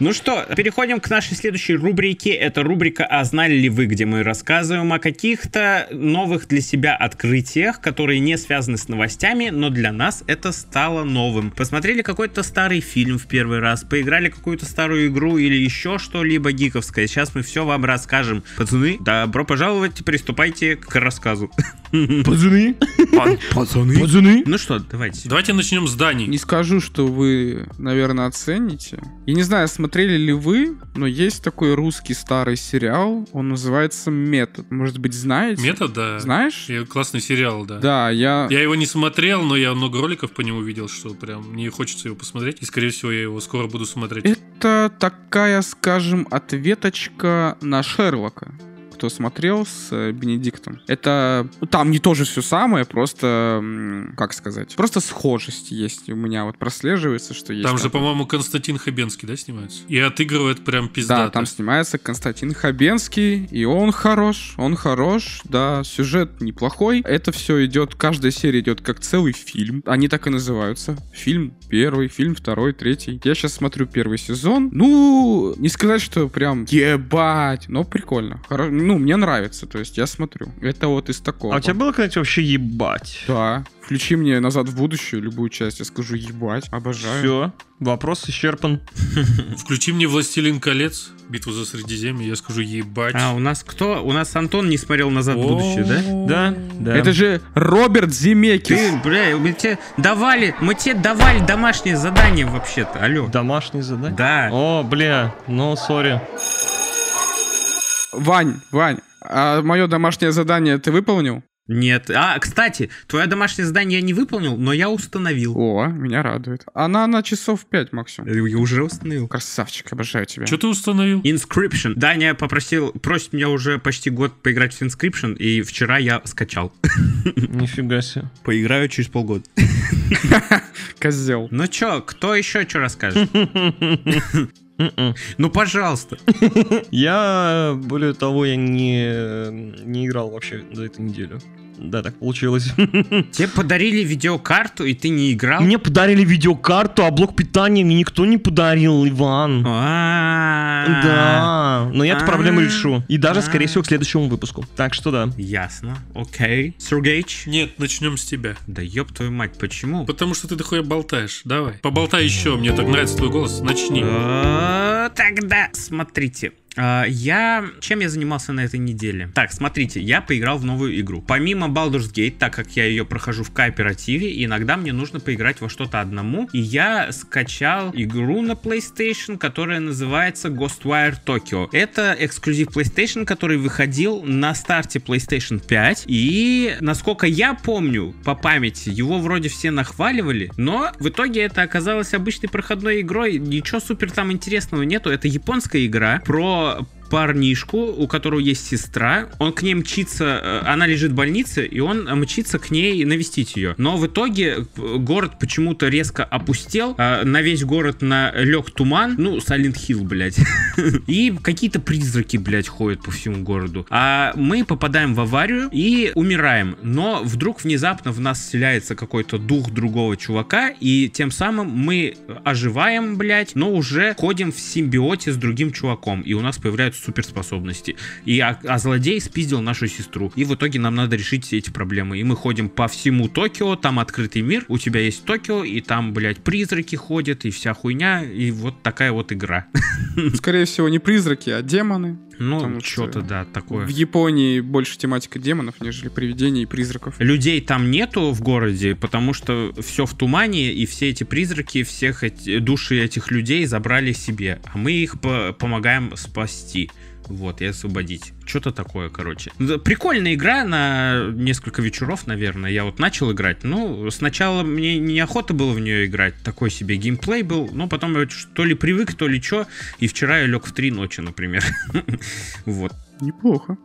B: Ну что, переходим к нашей следующей рубрике. Это рубрика «А знали ли вы?», где мы рассказываем о каких-то новых для себя открытиях, которые не связаны с новостями, но для нас это стало новым. Посмотрели какой-то старый фильм в первый раз, поиграли какую-то старую игру или еще что-либо гиковское. Сейчас мы все вам расскажем. Пацаны, добро пожаловать, приступайте к рассказу.
A: Пацаны. Пацаны. Пацаны.
B: Ну что, давайте.
D: Давайте начнем с Дании.
C: Не скажу, что вы, наверное, оцените. Я не знаю, смотрели ли вы, но есть такой русский старый сериал. Он называется «Метод». Может быть, знаете?
D: Метод, да.
C: Знаешь?
D: И Классный сериал, да.
C: Да, я...
D: Я его не смотрел, но я много роликов по нему видел, что прям мне хочется его посмотреть. И, скорее всего, я его скоро буду смотреть.
C: Э, Это такая, скажем, ответочка на Шерлока кто смотрел с э, Бенедиктом. Это ну, там не то же все самое, просто м, как сказать, просто схожесть есть у меня вот прослеживается, что есть.
D: Там же, по-моему, Константин Хабенский, да, снимается? И отыгрывает прям пизда.
C: Да, там снимается Константин Хабенский, и он хорош, он хорош, да, сюжет неплохой. Это все идет, каждая серия идет как целый фильм. Они так и называются. Фильм первый, фильм второй, третий. Я сейчас смотрю первый сезон. Ну, не сказать, что прям ебать, но прикольно. Хоро- Ну, мне нравится, то есть я смотрю. Это вот из такого.
A: А у тебя было когда-нибудь вообще ебать?
C: Да. Включи мне «Назад в будущее», любую часть, я скажу «Ебать», обожаю.
A: Все, вопрос исчерпан.
D: Включи мне «Властелин колец», «Битву за Средиземье», я скажу ебать.
B: А, у нас кто? У нас Антон не смотрел «Назад в будущее», да?
A: Да, да.
C: Это же Роберт Земекис.
B: Ты, бля, мы тебе давали, мы тебе давали домашнее задание вообще-то, алло.
A: домашнее задание.
B: Да.
A: О, бля, ну, сори.
C: Вань, Вань, а мое домашнее задание ты выполнил?
B: Нет. А, кстати, твое домашнее задание я не выполнил, но я установил.
C: О, меня радует. Она на часов 5
D: Э.
C: максимум.
B: Я уже установил.
C: Красавчик, обожаю тебя.
D: Что ты установил?
B: Inscription. Даня попросил, просит меня уже почти год поиграть в Inscription, и вчера я скачал.
A: Нифига себе.
B: [laughs] Поиграю через полгода.
D: [laughs]
C: Козел.
B: Ну чё, кто еще что [laughs] расскажет?
A: Мгм.
B: Ну, пожалуйста.
A: М-м. Я, более того, я не, не играл вообще за эту неделю. Да, так получилось.
B: Тебе подарили видеокарту, и ты не
A: [laughs]
B: играл?
A: Мне подарили видеокарту, а блок питания мне никто не подарил, Иван.
B: А. Да.
A: Да, но я эту проблему
B: А.
A: решу. И даже,
B: А.
A: скорее всего, к следующему выпуску. Так что да.
B: Ясно. Окей. Сергеич?
D: Нет, начнем с тебя.
B: Да ёб твою мать, почему?
D: Потому что ты дохуя болтаешь. Давай. Поболтай еще, мне так нравится твой голос. Начни.
B: Э, Тогда смотрите. А, Я... Чем я занимался на этой неделе? Так, смотрите, я поиграл в новую игру. Помимо Baldur's Gate, так как я ее прохожу в кооперативе, иногда мне нужно поиграть во что-то одному. И я скачал игру на PlayStation, которая называется Ghostwire Tokyo. Это эксклюзив PlayStation, который выходил на старте PlayStation 5. И, насколько я помню, по памяти, его вроде все нахваливали, но в итоге это оказалось обычной проходной игрой. Ничего супер там интересного нету. Это японская игра про парнишку, у которого есть сестра. Он к ней мчится, э, она лежит в больнице, и он э, мчится к ней навестить ее. Но в итоге э, город почему-то резко опустел, э, на весь город налег туман, ну, Silent Hill, блядь. [laughs] И какие-то призраки, блядь, ходят по всему городу. А мы попадаем в аварию и умираем. Но вдруг внезапно в нас вселяется какой-то дух другого чувака, и тем самым мы оживаем, блядь, но уже ходим в симбиоте с другим чуваком, и у нас появляются суперспособности. И, а, а злодей спиздил нашу сестру. И в итоге нам надо решить все эти проблемы. И мы ходим по всему Токио, там открытый мир, у тебя есть Токио, и там, блядь, призраки ходят, и вся хуйня, и вот такая вот игра.
C: Скорее всего, не призраки, а демоны.
B: Ну,
C: Потому что
B: что-то, да, такое.
C: В Японии больше тематика демонов, нежели привидений и призраков.
B: Людей там нету в городе, потому что все в тумане, и все эти призраки, всех эти, души этих людей забрали себе. А мы их по- помогаем спасти. Вот, и освободить. Что-то такое, короче. Да, Прикольная игра на несколько вечеров, наверное. Я вот начал играть. Ну, сначала мне неохота было в нее играть. Такой себе геймплей был. Но потом я то ли привык, то ли что. И вчера я лег в три ночи, например. [laughs] Вот.
C: Неплохо.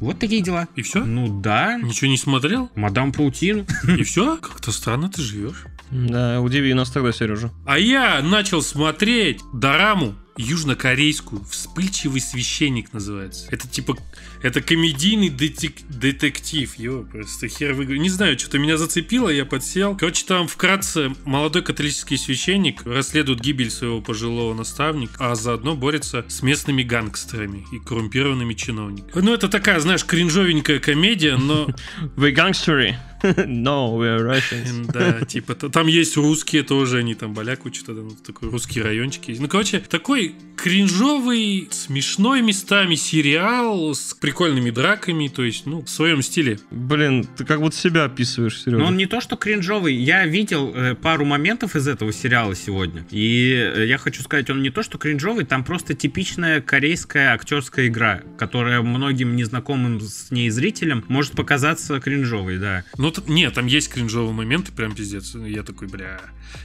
B: Вот такие дела.
D: И все?
B: Ну да.
D: Ничего не смотрел?
B: Мадам Паутин.
D: И все? Как-то странно ты живешь.
A: Да, удиви нас тогда, Сережа.
D: А я начал смотреть дораму южнокорейскую. Вспыльчивый священник называется. Это типа... Это комедийный детек- детектив. Его просто хер выиграл. Не знаю, что-то меня зацепило, я подсел. Короче, там вкратце молодой католический священник расследует гибель своего пожилого наставника, а заодно борется с местными гангстерами и коррумпированными чиновниками. Ну, это такая, знаешь, кринжовенькая комедия, но
A: Вы гангстеры? [laughs] No, we are Russians.
D: Да, типа, т- там есть русские тоже, они там баляку что-то там, такой русский райончик есть. Ну, короче, такой кринжовый, смешной местами сериал с прикольными драками, то есть, ну, в своем стиле.
A: Блин, ты как будто себя описываешь,
B: Но
A: Сережа.
B: Ну, он не то что кринжовый, я видел э, пару моментов из этого сериала сегодня. И э, я хочу сказать, он не то что кринжовый, там просто типичная корейская актерская игра, которая многим незнакомым с ней зрителям может показаться кринжовой, да.
D: Ну, т- не, там есть кринжовые моменты, прям пиздец. Я такой, бля,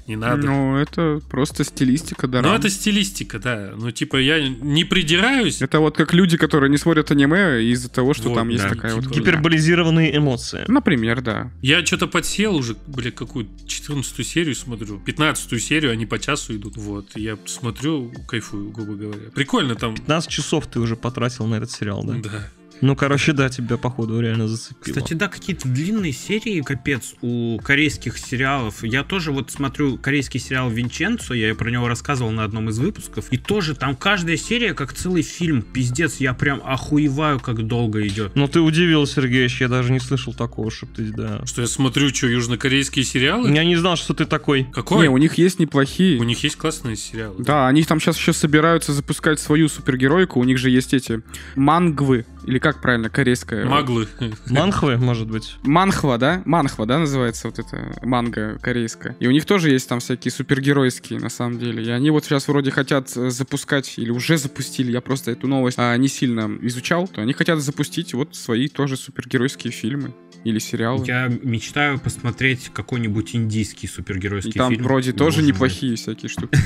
D: не надо.
C: Ну, это просто стилистика, да.
D: Но А, Ну, это стилистика, да. Ну, типа, я не придираюсь.
C: Это вот как люди, которые не смотрят аниме из-за того, что
D: Вот,
C: там есть
D: да.
C: такая вот...
D: Гипер-
C: хуйня.
A: Гиперболизированные эмоции.
C: Например, да.
D: Я что-то подсел уже, бля, какую 14 серию смотрю. 15 серию, они по часу идут. Вот, я смотрю, кайфую, грубо говоря. Прикольно там.
A: 15 часов ты уже потратил на этот сериал, да?
D: Да.
A: Ну, короче, да, тебя, походу, реально зацепило.
B: Кстати, да, какие-то длинные серии, капец, у корейских сериалов. Я тоже вот смотрю корейский сериал «Винченцо», я про него рассказывал на одном из выпусков, и тоже там каждая серия как целый фильм, пиздец, я прям охуеваю, как долго идет.
A: Ну, ты удивил, Сергеевич, я даже не слышал такого, что ты, да.
D: Что я смотрю, что, южнокорейские сериалы?
A: Я не знал, что ты такой.
D: Какой?
C: Не, у них есть неплохие.
D: У них есть классные сериалы.
C: Да, они там сейчас еще собираются запускать свою супергеройку. У них же есть эти мангвы, или как правильно, корейская.
D: Маглы. [laughs]
A: Манхвы, может
B: [laughs]
A: быть?
C: Манхва, да? Манхва, да, называется вот эта манга корейская. И у них тоже есть там всякие супергеройские, на самом деле. И они вот сейчас вроде хотят э, запускать, или уже запустили, я просто эту новость а, не сильно изучал, то они хотят запустить вот свои тоже супергеройские фильмы или сериалы.
B: Я мечтаю посмотреть какой-нибудь индийский супергеройский
C: И там
B: фильм.
C: вроде
B: Боже
C: тоже
B: мой.
C: неплохие всякие штуки.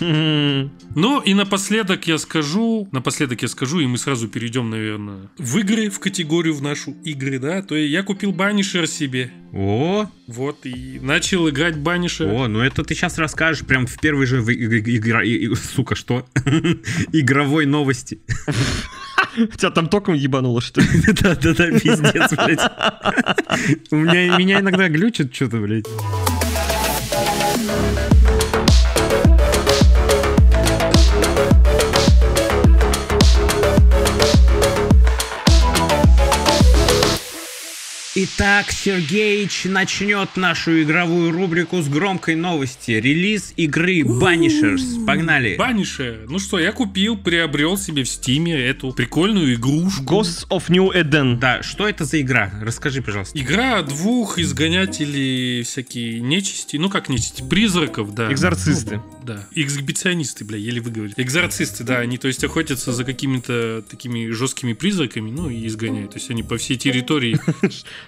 A: Хм.
D: Ну и напоследок я скажу, напоследок я скажу, и мы сразу перейдем, наверное, в игры, в категорию, в нашу игры, да, то я купил Банишер себе.
B: О,
D: Вот, и начал играть Банишер.
B: о, ну это ты сейчас расскажешь прям в первой же в- и- и- игра... и- и- Сука, что? [laughs] Игровой новости.
A: Тебя там током ебануло, что
B: [laughs]
A: ли?
B: Да-да-да, пиздец, блядь. У меня- Меня иногда глючит что-то, блядь. Итак, Сергеич начнет нашу игровую рубрику с громкой новости. Релиз игры Banishers. Погнали.
D: Банишер. Ну что, я купил, приобрел себе в Стиме эту прикольную игрушку.
A: Ghosts of New Eden.
B: Да, что это за игра? Расскажи, пожалуйста.
D: Игра о двух изгонятелей всякие нечисти, ну как нечисти, призраков, да.
A: Экзорцисты.
D: да. Эксгибиционисты, бля, еле выговорили. Экзорцисты, да, они, то есть, охотятся за какими-то такими жесткими призраками, ну, и изгоняют. То есть, они по всей территории.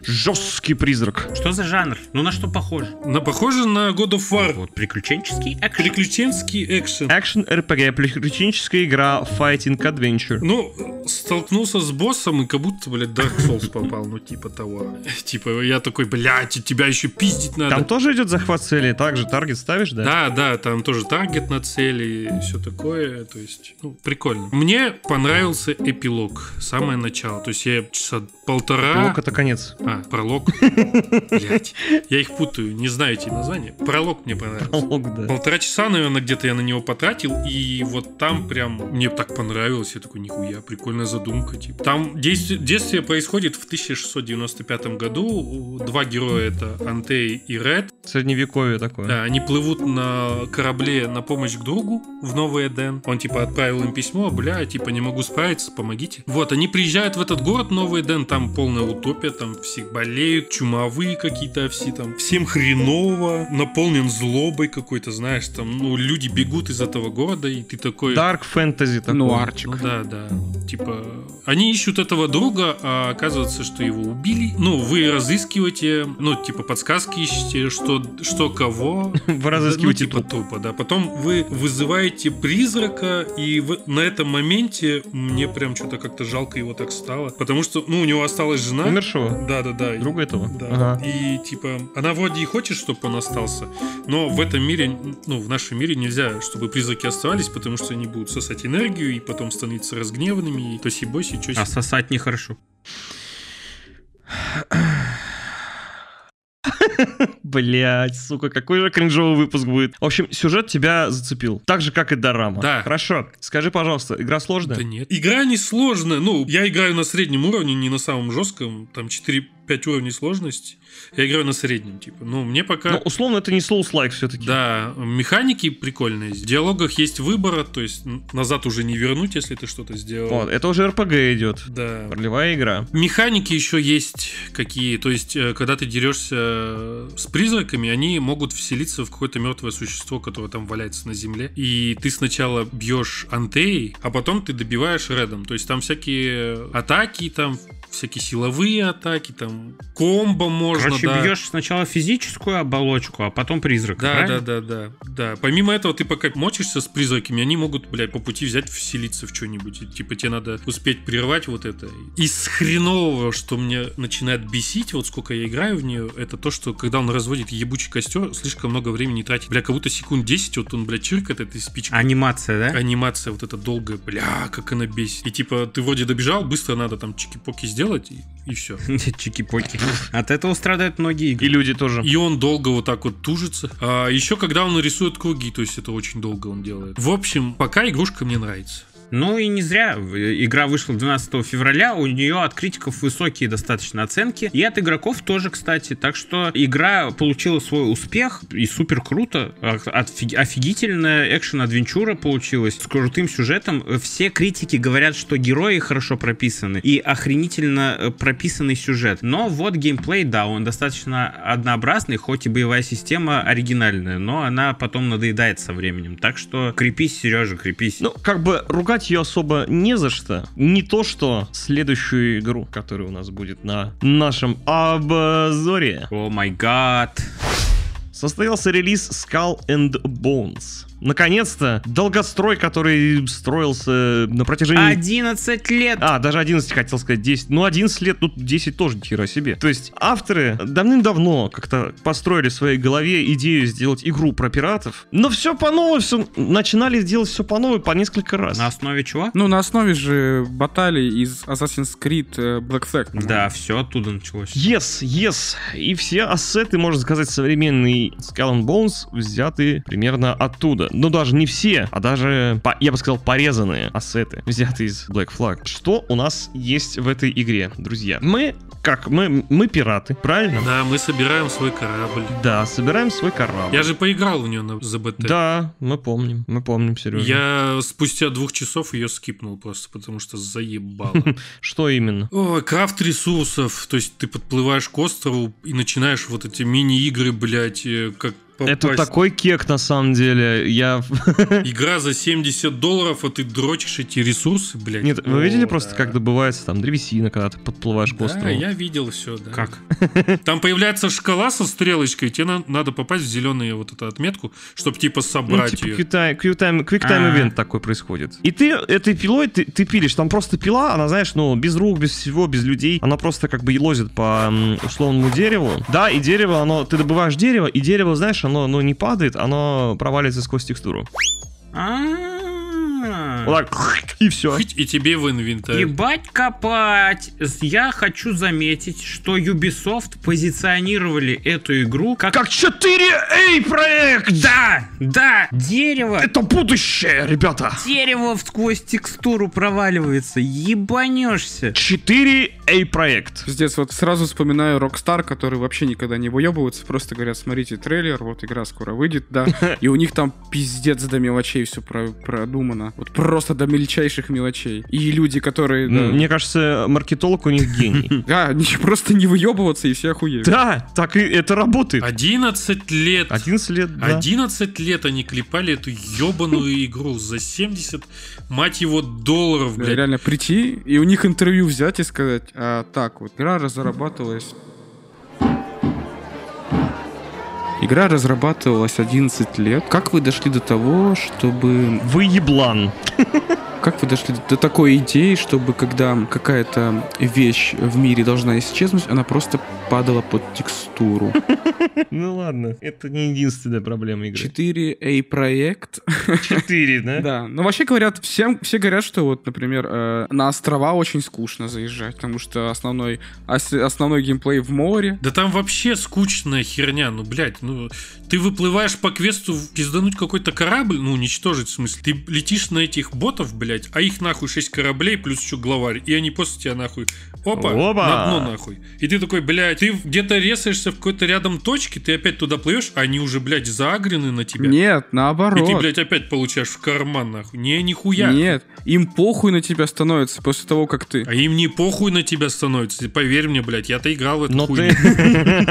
A: Жесткий призрак.
B: Что за жанр? Ну на что похоже?
D: На, похоже на God of War.
B: Вот приключенческий экшен.
D: Приключенский экшен.
A: Экшн RPG, приключенческая игра Fighting Adventure.
D: Ну, столкнулся с боссом и как будто, блядь, Dark Souls попал, ну, типа того. Типа, я такой, блядь, и тебя еще пиздить надо.
A: Там тоже идет захват цели, также таргет ставишь, да?
D: Да, да, там тоже таргет на цели и все такое. То есть, ну, прикольно. Мне понравился эпилог. Самое начало. То есть я часа полтора...
A: Блок это конец.
D: А, пролог. Блять. Я их путаю, не знаю эти названия. Пролог мне понравился.
A: Блок, да.
D: Полтора часа, наверное, где-то я на него потратил, и вот там прям мне так понравилось. Я такой, нихуя, прикольная задумка. Типа. Там действие, действие происходит в 1695 году. Два героя это Антей и Ред.
A: Средневековье такое.
D: Да, Э, они плывут на корабле на помощь к другу в Новый Эден. Он типа отправил им письмо, бля, типа не могу справиться, помогите. Вот, они приезжают в этот город Новый Эден, там полная утопия, там все болеют, чумовые какие-то все там. Всем хреново, наполнен злобой какой-то, знаешь, там, ну, люди бегут из этого города, и ты такой...
A: Dark Fantasy такое.
C: Нуарчик.
D: Ну да, да. Типа, они ищут этого друга, а оказывается, что его убили. Ну, вы разыскиваете, ну, типа, подсказки ищете, что, что кого.
A: [laughs] Вы разыскиваете
D: Ну, типа трупа, да. Потом вы вызываете призрака, и в- на этом моменте мне прям что-то как-то жалко его так стало. Потому что, ну, у него осталась жена.
A: умершего.
D: Да, да, да.
A: Друга этого?
D: Да.
A: Ага.
D: И типа, она вроде и хочет, чтобы он остался, но в этом мире, ну, в нашем мире нельзя, чтобы призраки оставались, потому что они будут сосать энергию и потом становиться разгневанными, и то боси, чё
B: А сосать нехорошо.
A: Блять, сука, какой же кринжовый выпуск будет. В общем, сюжет тебя зацепил. Так же, как и Дорама.
D: Да.
A: Хорошо. Скажи, пожалуйста, игра сложная?
D: Да нет. Игра несложная. Ну, я играю на среднем уровне, не на самом жестком. Там 4-5 уровней сложности. Я играю на среднем, типа. Ну, мне пока...
A: Ну, условно, это не Souls-like все-таки.
D: Да, механики прикольные. В диалогах есть выбора, то есть н- назад уже не вернуть, если ты что-то сделал.
A: Вот, это уже RPG идет.
D: Да.
A: Ролевая игра.
D: Механики еще есть какие, то есть э, когда ты дерешься э, с призраками, они могут вселиться в какое-то мертвое существо, которое там валяется на земле, и ты сначала бьешь антеей, а потом ты добиваешь редом, то есть там всякие атаки, там всякие силовые атаки, там комбо можно,
B: Короче,
D: да.
B: бьешь сначала физическую оболочку, а потом призрак.
D: Да,
B: правильно?
D: да, да, да, да. Помимо этого, ты пока мочишься с призраками, они могут, блядь, по пути взять, вселиться в что-нибудь. И, Типа тебе надо успеть прервать вот это. Из хренового, что мне начинает бесить, вот сколько я играю в нее, это то, что когда он разводит ебучий костер, слишком много времени тратит. Бля, как будто секунд 10, вот он, блядь, чиркает этой
B: А?
D: спичкой.
B: Анимация, да?
D: Анимация вот эта долгая, бля, как она бесит. И типа, ты вроде добежал, быстро надо там чики-поки сделать, и, и все.
B: [laughs] Чики-поки. От этого страдают многие игры.
A: И люди тоже.
D: И он долго вот так вот тужится. А еще когда он рисует круги, то есть это очень долго он делает. В общем, пока игрушка мне нравится.
B: Ну и не зря. Э, Игра вышла 12 февраля, у нее от критиков высокие достаточно оценки. И от игроков тоже, кстати. Так что игра получила свой успех и супер круто. А- отфи- Офигительная экшен-адвенчура получилась с крутым сюжетом. Э, Все критики говорят, что герои хорошо прописаны и охренительно э, прописанный сюжет. Но вот геймплей, да, он достаточно однообразный, хоть и боевая система оригинальная, но она потом надоедает со временем. Так что крепись, Сережа, крепись.
A: Ну, как бы ругать ее особо не за что. Не то, что следующую игру, которая у нас будет на нашем обзоре.
B: О май гад.
A: Состоялся релиз Skull and Bones. Наконец-то долгострой, который строился на протяжении...
B: 11 лет!
A: А, даже 11 хотел сказать, 10. Ну, 11 лет, ну, 10 тоже ни хера себе. То есть авторы давным-давно как-то построили в своей голове идею сделать игру про пиратов, но все по новой, все начинали делать все по новой по несколько раз.
B: На основе чего?
C: Ну, на основе же баталий из Assassin's Creed э, Black Flag. по-моему.
B: Да, все оттуда началось.
A: Yes, yes. И все ассеты, можно сказать, современные Skull and Bones взяты примерно оттуда. Но даже не все, а даже, по- я бы сказал, порезанные ассеты, взяты из Black Flag. Что у нас есть в этой игре, друзья? Мы, как, мы, мы пираты, правильно?
D: Да, мы собираем свой корабль.
A: Да, собираем свой корабль.
D: Я же поиграл в нее на ЗБТ.
A: Да, мы помним, мы помним, Сережа.
D: Я спустя двух часов ее скипнул просто, потому
A: [laughs]
D: что заебало.
A: Что именно?
D: О, крафт ресурсов. То есть ты подплываешь к острову и начинаешь вот эти мини-игры, блядь, э, как попасть.
A: Это такой кек, на самом деле. Я...
D: Игра за 70 долларов, а ты дрочишь эти ресурсы, блядь.
A: Нет, вы видели
D: О,
A: просто,
D: да.
A: как добывается там древесина, когда ты подплываешь к
D: Да,
A: острову?
D: я видел все, да.
B: Как?
D: Там появляется шкала со стрелочкой, и тебе на- надо попасть в зеленую вот эту отметку, чтобы типа
A: Ну,
D: собрать
A: типа
D: ее.
A: квик-тайм,
B: А.
A: ивент такой происходит. И ты этой пилой, ты, ты пилишь, там просто пила, она, знаешь, ну, без рук, без всего, без людей, она просто как бы елозит по м, условному дереву. Да, и дерево, оно, ты добываешь дерево, и дерево, знаешь, оно, оно не падает, оно провалится сквозь текстуру.
B: А. А-а-а.
A: Вот так, и все.
D: Хыть, и тебе в инвентарь.
B: Ебать копать! С- Я хочу заметить, что Ubisoft позиционировали эту игру как...
A: Как 4 эй проект!
B: Да! Да! Дерево!
A: Это будущее, ребята!
B: Дерево сквозь текстуру проваливается. Ебанешься.
A: 4 эй проект.
C: Пиздец, вот сразу вспоминаю Rockstar, которые вообще никогда не выебываются, просто говорят, смотрите трейлер, вот игра скоро выйдет, да. И у них там пиздец до мелочей все продумано. Вот просто до мельчайших мелочей. И люди, которые... да.
A: Мне кажется, маркетолог у них [laughs] гений.
C: Да, они [laughs] просто не выебываться и все охуеют.
A: Да, так и это работает.
D: 11 лет.
A: 11 лет, да.
D: 11 лет они клепали эту ебаную игру за 70, мать его, долларов,
C: Да,
D: блядь.
C: реально прийти и у них интервью взять и сказать, «А, так вот, игра разрабатывалась... Игра разрабатывалась 11 лет. Как вы дошли до того, чтобы...
A: Вы еблан.
C: Как вы дошли до такой идеи, чтобы когда какая-то вещь в мире должна исчезнуть, она просто падала под
A: [laughs]
C: текстуру?
A: Ну ладно, это не единственная проблема игры.
C: [laughs] 4A проект
A: Четыре, [laughs] да?
C: Да, ну вообще говорят, всем, все говорят, что вот, например, э, на острова очень скучно заезжать, потому что основной, ос- основной геймплей в море.
D: Да там вообще скучная херня, ну, блядь, ну, ты выплываешь по квесту в- пиздануть какой-то корабль, ну, уничтожить, в смысле, ты летишь на этих ботов, блядь, а их, нахуй, 6 кораблей, плюс еще главарь, и они после тебя, нахуй, опа,
A: Опа.
D: на дно, нахуй. И ты такой, блядь, ты где-то резаешься в какой-то рядом точке, ты опять туда плывешь, а они уже, блядь, заагрены на тебя.
C: Нет,
D: И
C: наоборот.
D: ты, блядь, опять получаешь в карман, нахуй. Не, нихуя.
C: Нет, им похуй на тебя становится после того, как ты.
D: А им не похуй на тебя становится. Поверь мне, блядь, я-то играл в эту
A: Но
D: хуйню. [laughs]
A: ты...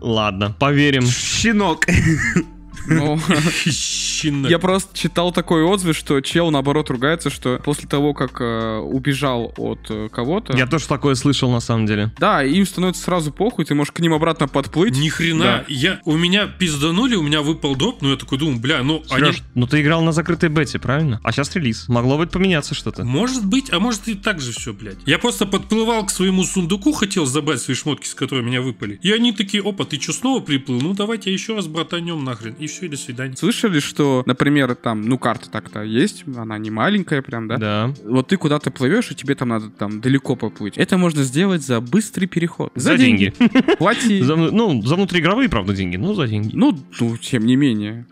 A: Ладно, поверим.
E: Щенок.
A: [laughs]
C: Но
D: Щенок.
C: Ну, [laughs] я просто читал такой отзыв, что чел наоборот ругается, что после того, как э, убежал от э, кого-то.
A: Я тоже такое слышал, на самом деле.
C: Да, им становится сразу похуй, ты можешь к ним обратно подплыть.
D: Ни хрена. Я, у меня пизданули, у меня выпал дроп, но я такой думаю, бля, ну
A: Сереж, ну ты играл на закрытой бете, правильно? А сейчас релиз. Могло быть поменяться
D: они...
A: что-то.
D: Может быть, а может и так же все, блядь. Я просто подплывал к своему сундуку, хотел забрать свои шмотки, с которой меня выпали. И они такие, опа, ты чё снова приплыл? Ну давайте еще раз братанем нахрен. И все, и
C: [laughs]
D: до свидания.
C: Слышали, что, например, там, ну карта так-то есть, она не маленькая прям, да?
A: Да.
C: Вот ты куда-то плывешь, и тебе там надо там далеко поплыть. Это можно сделать за быстрый переход.
A: За деньги.
C: [laughs] Плати.
A: За вну- ну, за внутриигровые, правда, деньги, ну, за деньги.
C: Ну, ну, тем не менее.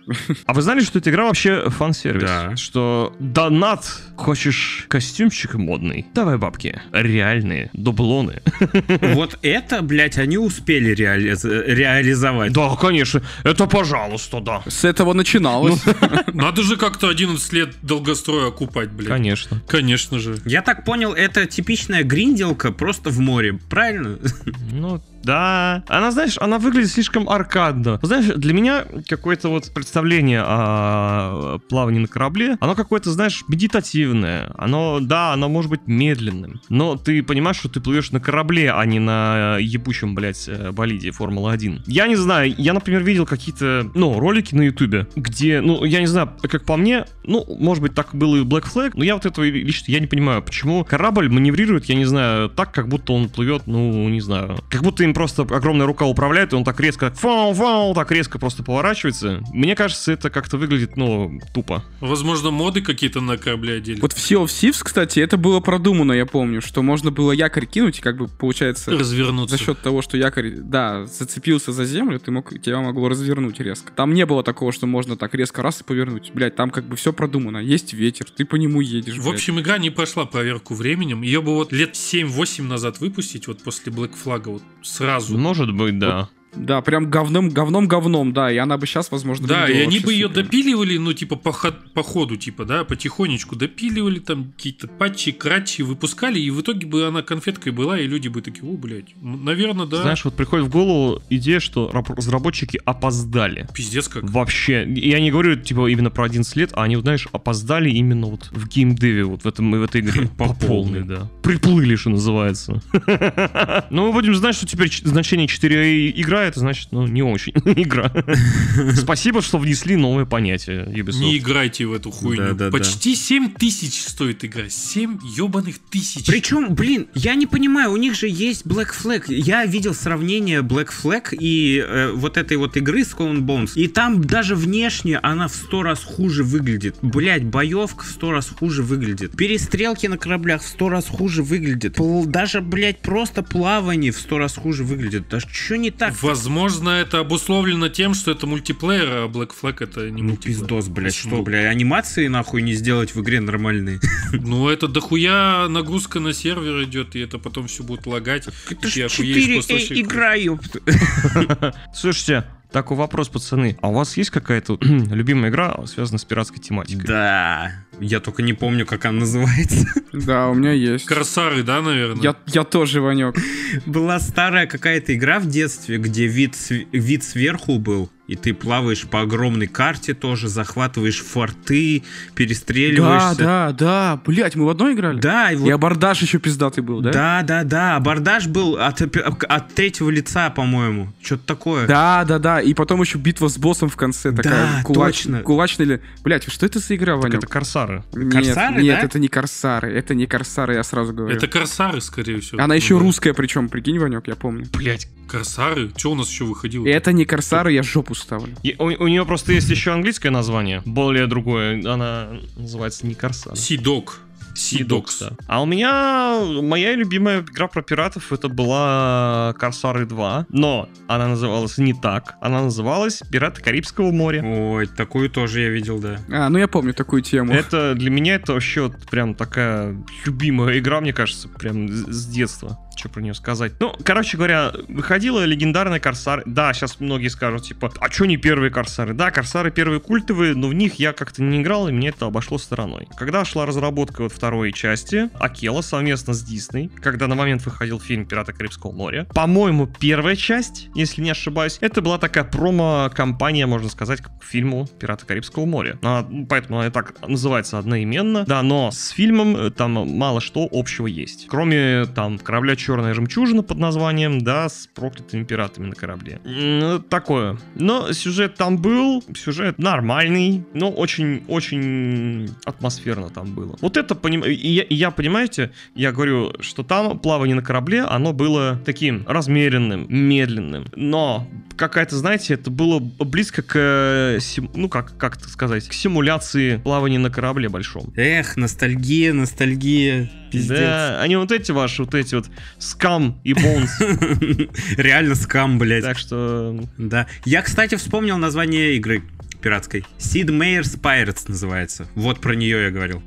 A: А вы знали, что эта игра вообще фан-сервис?
D: Да.
A: Что донат, хочешь костюмчик модный? Давай бабки. Реальные, дублоны.
B: Вот это, блядь, они успели реализ- реализовать.
A: Да, конечно. Это пожалуйста, да.
C: С этого начиналось.
D: Надо же как-то 11 лет долгостроя окупать, блядь.
A: Конечно.
D: Конечно же.
B: Я так понял, это типичная гринделка просто в море, правильно?
A: Ну, да. Она, знаешь, она выглядит слишком аркадно. Знаешь, для меня какое-то вот представление о плавании на корабле, оно какое-то, знаешь, медитативное. Оно, да, оно может быть медленным. Но ты понимаешь, что ты плывешь на корабле, а не на ебучем, блядь, э, болиде Формула-1. Я не знаю, я, например, видел какие-то, ну, ролики на Ютубе, где, ну, я не знаю, как по мне, ну, может быть, так было и в Black Flag, но я вот этого лично я не понимаю, почему корабль маневрирует, я не знаю, так, как будто он плывет, ну, не знаю, как будто им просто огромная рука управляет, и он так резко, так, фау, фау, так резко просто поворачивается. Мне кажется, это как-то выглядит, ну, тупо.
D: Возможно, моды какие-то на корабле одели.
C: Вот в Sea of Thieves, кстати, это было продумано, я помню, что можно было якорь кинуть, и как бы, получается,
D: развернуться.
C: за счет того, что якорь, да, зацепился за землю, ты мог, тебя могло развернуть резко. Там не было такого, что можно так резко раз и повернуть. Блять, там как бы все продумано. Есть ветер, ты по нему едешь.
D: В
C: блядь.
D: общем, игра не прошла проверку временем. Ее бы вот лет 7-8 назад выпустить, вот после Black Flag, вот сразу.
A: Может быть, да.
C: Да, прям говном, говном, говном, да. И она бы сейчас, возможно,
D: Да,
C: выглядела
D: и они
C: вообще
D: бы ее
C: супер.
D: допиливали, ну, типа, по, ход- по ходу, типа, да, потихонечку допиливали, там, какие-то патчи, крачи выпускали, и в итоге бы она конфеткой была, и люди бы такие, о, блядь, наверное, да.
A: Знаешь, вот приходит в голову идея, что раб- разработчики опоздали.
D: Пиздец как.
A: Вообще, я не говорю, типа, именно про 11 лет, а они, вот, знаешь, опоздали именно вот в геймдеве, вот в этом, в этой [laughs] игре.
D: По полной.
A: да. Приплыли, что называется. [laughs] Но мы будем знать, что теперь ч- значение 4 игра, это значит, ну, не очень [laughs] игра. Спасибо, что внесли новое понятие
D: Не
A: Ubisoft.
D: играйте в эту хуйню.
B: Да-да-да.
D: Почти 7 тысяч стоит игра. 7 ебаных тысяч.
B: Причем, блин, я не понимаю, у них же есть Black Flag. Я видел сравнение Black Flag и э, вот этой вот игры Skull and Bones. И там даже внешне она в сто раз хуже выглядит. Блять, боевка в сто раз хуже выглядит. Перестрелки на кораблях в сто раз хуже выглядит. Пл- даже, блять, просто плавание в сто раз хуже выглядит. Да что не так?
D: Возможно, это обусловлено тем, что это мультиплеер, а Black Flag это не
B: Ну,
D: мультиплеер.
B: пиздос, блядь, что,
D: Почему?
B: блядь, анимации нахуй не сделать в игре нормальные.
D: Ну, это дохуя нагрузка на сервер идет, и это потом все будет лагать.
B: Это
D: Я
B: ж
D: охуею,
B: 4
C: Э
D: просто вообще-
B: игра, ёпта.
A: Слушайте, такой вопрос, пацаны. А у вас есть какая-то [clears throat] любимая игра, связанная с пиратской тематикой?
B: Да, я только не помню, как она называется. [laughs]
C: Да, у меня есть.
D: Корсары, да, наверное?
C: Я, я тоже, Ванек.
B: Была старая какая-то игра в детстве, где вид, св- вид сверху был, и ты плаваешь по огромной карте тоже, захватываешь форты,
C: Да,
B: перестреливаешься.
C: да, да. Блять, мы в одной играли?
B: Да, и вот-
C: И абордаж еще пиздатый был, да?
B: да, да, да, абордаж был от, опи- от третьего лица, по-моему, что-то такое.
C: Да, да, да. И потом еще битва с боссом в конце такая.
B: Да,
C: кулач-
B: точно.
C: Кулачная или... Блять, что это за игра,
A: Так
C: Ванек?
A: это Корсары.
C: Нет,
B: Корсары,
C: нет,
B: да?
C: это не корсары. Это не корсары, я сразу говорю.
D: Это Корсары, скорее всего.
C: Она
D: Ну,
C: еще
D: да.
C: русская, причем, прикинь, Ванек, я помню.
A: Блять.
D: Корсары? Че у нас еще выходило?
C: Это не корсары, я жопу ставлю.
A: У, у нее просто есть еще английское название, более другое. Она называется не Корсар.
D: Сидок. Сидокс.
A: да. А у меня моя любимая игра про пиратов это была Корсары 2, но она называлась не так. Она называлась Пираты Карибского моря.
B: Ой, такую тоже я видел, да.
C: А, ну я помню такую тему.
A: Это для меня это вообще вот прям такая любимая игра, мне кажется, прям с с детства. Что про нее сказать? Ну, короче говоря, выходила легендарная Корсар. Да, сейчас многие скажут, типа, а чё не первые Корсары? Да, Корсары первые культовые, но в них я как-то не играл, и мне это обошло стороной. Когда шла разработка вот второй части, Акела совместно с Дисней, когда на момент выходил фильм «Пираты Карибского моря», по-моему, первая часть, если не ошибаюсь, это была такая промо-компания, можно сказать, к фильму «Пираты Карибского моря». Она- ну, поэтому она и так называется одноименно, да, но с фильмом э, там мало что общего есть. Кроме там корабля «Черная жемчужина» под названием, да, с проклятыми пиратами на корабле. М, ну, Такое. Но сюжет там был, сюжет нормальный, но очень-очень атмосферно там было. Вот это, поним... и я, и я, понимаете, я говорю, что там плавание на корабле, оно было таким размеренным, медленным. Но какая-то, знаете, это было близко к, э, сим- ну как, как это сказать, к симуляции плавания на корабле большом.
B: Эх, ностальгия, ностальгия, пиздец.
A: Да, они вот эти ваши, вот эти вот скам и бонс.
B: [laughs] Реально скам, блядь.
A: Так что
B: Да. Я, кстати, вспомнил название игры пиратской. Sid Meier's Pirates называется. Вот про нее я говорил.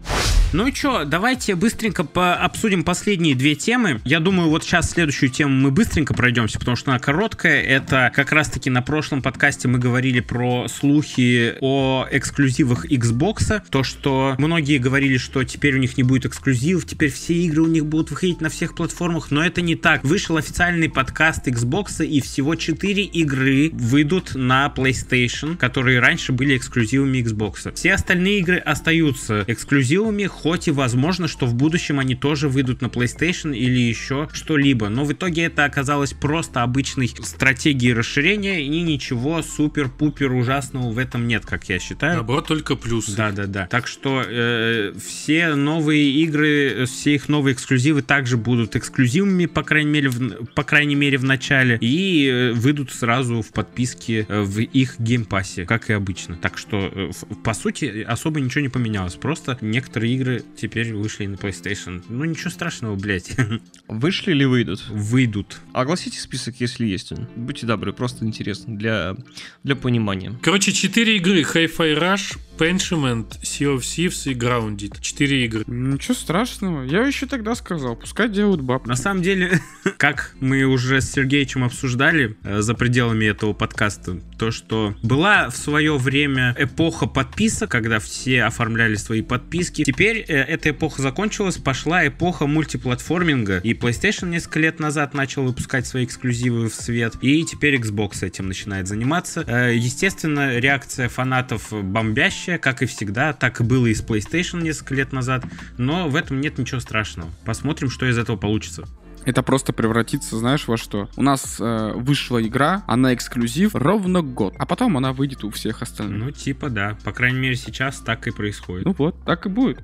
B: Ну и чё, давайте быстренько по- обсудим последние две темы. Я думаю, вот сейчас следующую тему мы быстренько пройдемся, потому что она короткая. Это как раз-таки на прошлом подкасте мы говорили про слухи о эксклюзивах Xbox. То, что многие говорили, что теперь у них не будет эксклюзивов, теперь все игры у них будут выходить на всех платформах, но это не так. Вышел официальный подкаст Xbox, и всего 4 игры выйдут на PlayStation, которые раньше были эксклюзивами Xbox. Все остальные игры остаются эксклюзивами, хоть и возможно, что в будущем они тоже выйдут на PlayStation или еще что-либо. Но в итоге это оказалось просто обычной стратегией расширения, и ничего супер-пупер ужасного в этом нет, как я считаю.
D: Наоборот, только плюс.
B: Да, да, да. Так что э, все новые игры, э, все их новые эксклюзивы также будут эксклюзивными, по крайней мере, в, н- по крайней мере, в начале. И э, выйдут сразу в подписке э, в их геймпассе, как и обычно. Так что, э, ф- по сути, особо ничего не поменялось. Просто некоторые игры теперь вышли на PlayStation. Ну, ничего страшного, блядь. [laughs]
A: вышли или выйдут?
B: Выйдут.
A: Огласите список, если есть он. Будьте добры, просто интересно для, для понимания.
D: Короче, 4 игры. Hi-Fi Rush, Penchment, Sea of Thieves и Grounded. Четыре игры.
C: Ничего страшного. Я еще тогда сказал, пускай делают баб.
B: На самом деле, [laughs] как мы уже с Сергеичем обсуждали э, за пределами этого подкаста, то, что была в свое время эпоха подписок, когда все оформляли свои подписки. Теперь э, эта эпоха закончилась, пошла эпоха мультиплатформинга, и PlayStation несколько лет назад начал выпускать свои эксклюзивы в свет, и теперь Xbox этим начинает заниматься. Э, Естественно, реакция фанатов бомбящая, как и всегда, так и было и с PlayStation несколько лет назад, но в этом нет ничего страшного. Посмотрим, что из этого получится.
C: Это просто превратится, знаешь, во что? У нас э, вышла игра, она эксклюзив ровно год, а потом она выйдет у всех остальных.
B: Ну, типа, да. По крайней мере, сейчас так и происходит.
C: Ну вот, так и будет.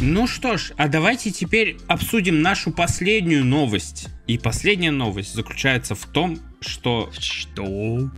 B: Ну что ж, а давайте теперь обсудим нашу последнюю новость. И последняя новость заключается в том, что
A: Что?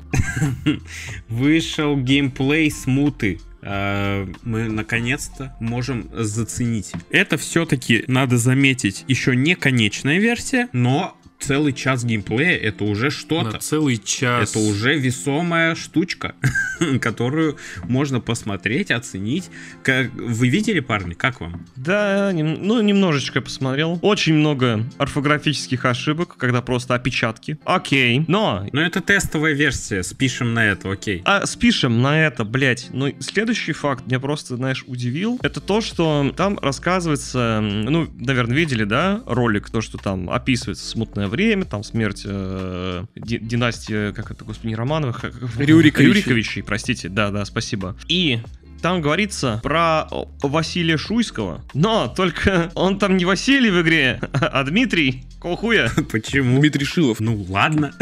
B: вышел геймплей смуты. Э, Мы наконец-то можем заценить. Это все-таки, надо заметить, еще не конечная версия, но целый час геймплея это уже
D: На
B: что-то.
D: целый
C: А
D: час.
B: Это уже весомая штучка, [laughs] которую можно посмотреть, оценить. Как... Вы видели, парни, как вам?
A: Да, нем- ну, немножечко посмотрел. Очень много орфографических ошибок, когда просто опечатки. Окей, но...
B: Ну, это тестовая версия, спишем на это, окей. [laughs]
A: А спишем на это, блять. Но следующий факт меня просто, знаешь, удивил. Это то, что там рассказывается, м, ну, наверное, видели, да, ролик, то, что там описывается смутное время, там смерть э, ди- династии, как это, господи, не Романовых, а как- как-
C: Рюриковичей.
A: Рюриковичей, простите, да-да, спасибо. И там говорится про о, Василия Шуйского, но только он там не Василий в игре, [laughs] а Дмитрий. Какого хуя?
B: Почему?
C: Дмитрий Шилов.
B: Ну ладно.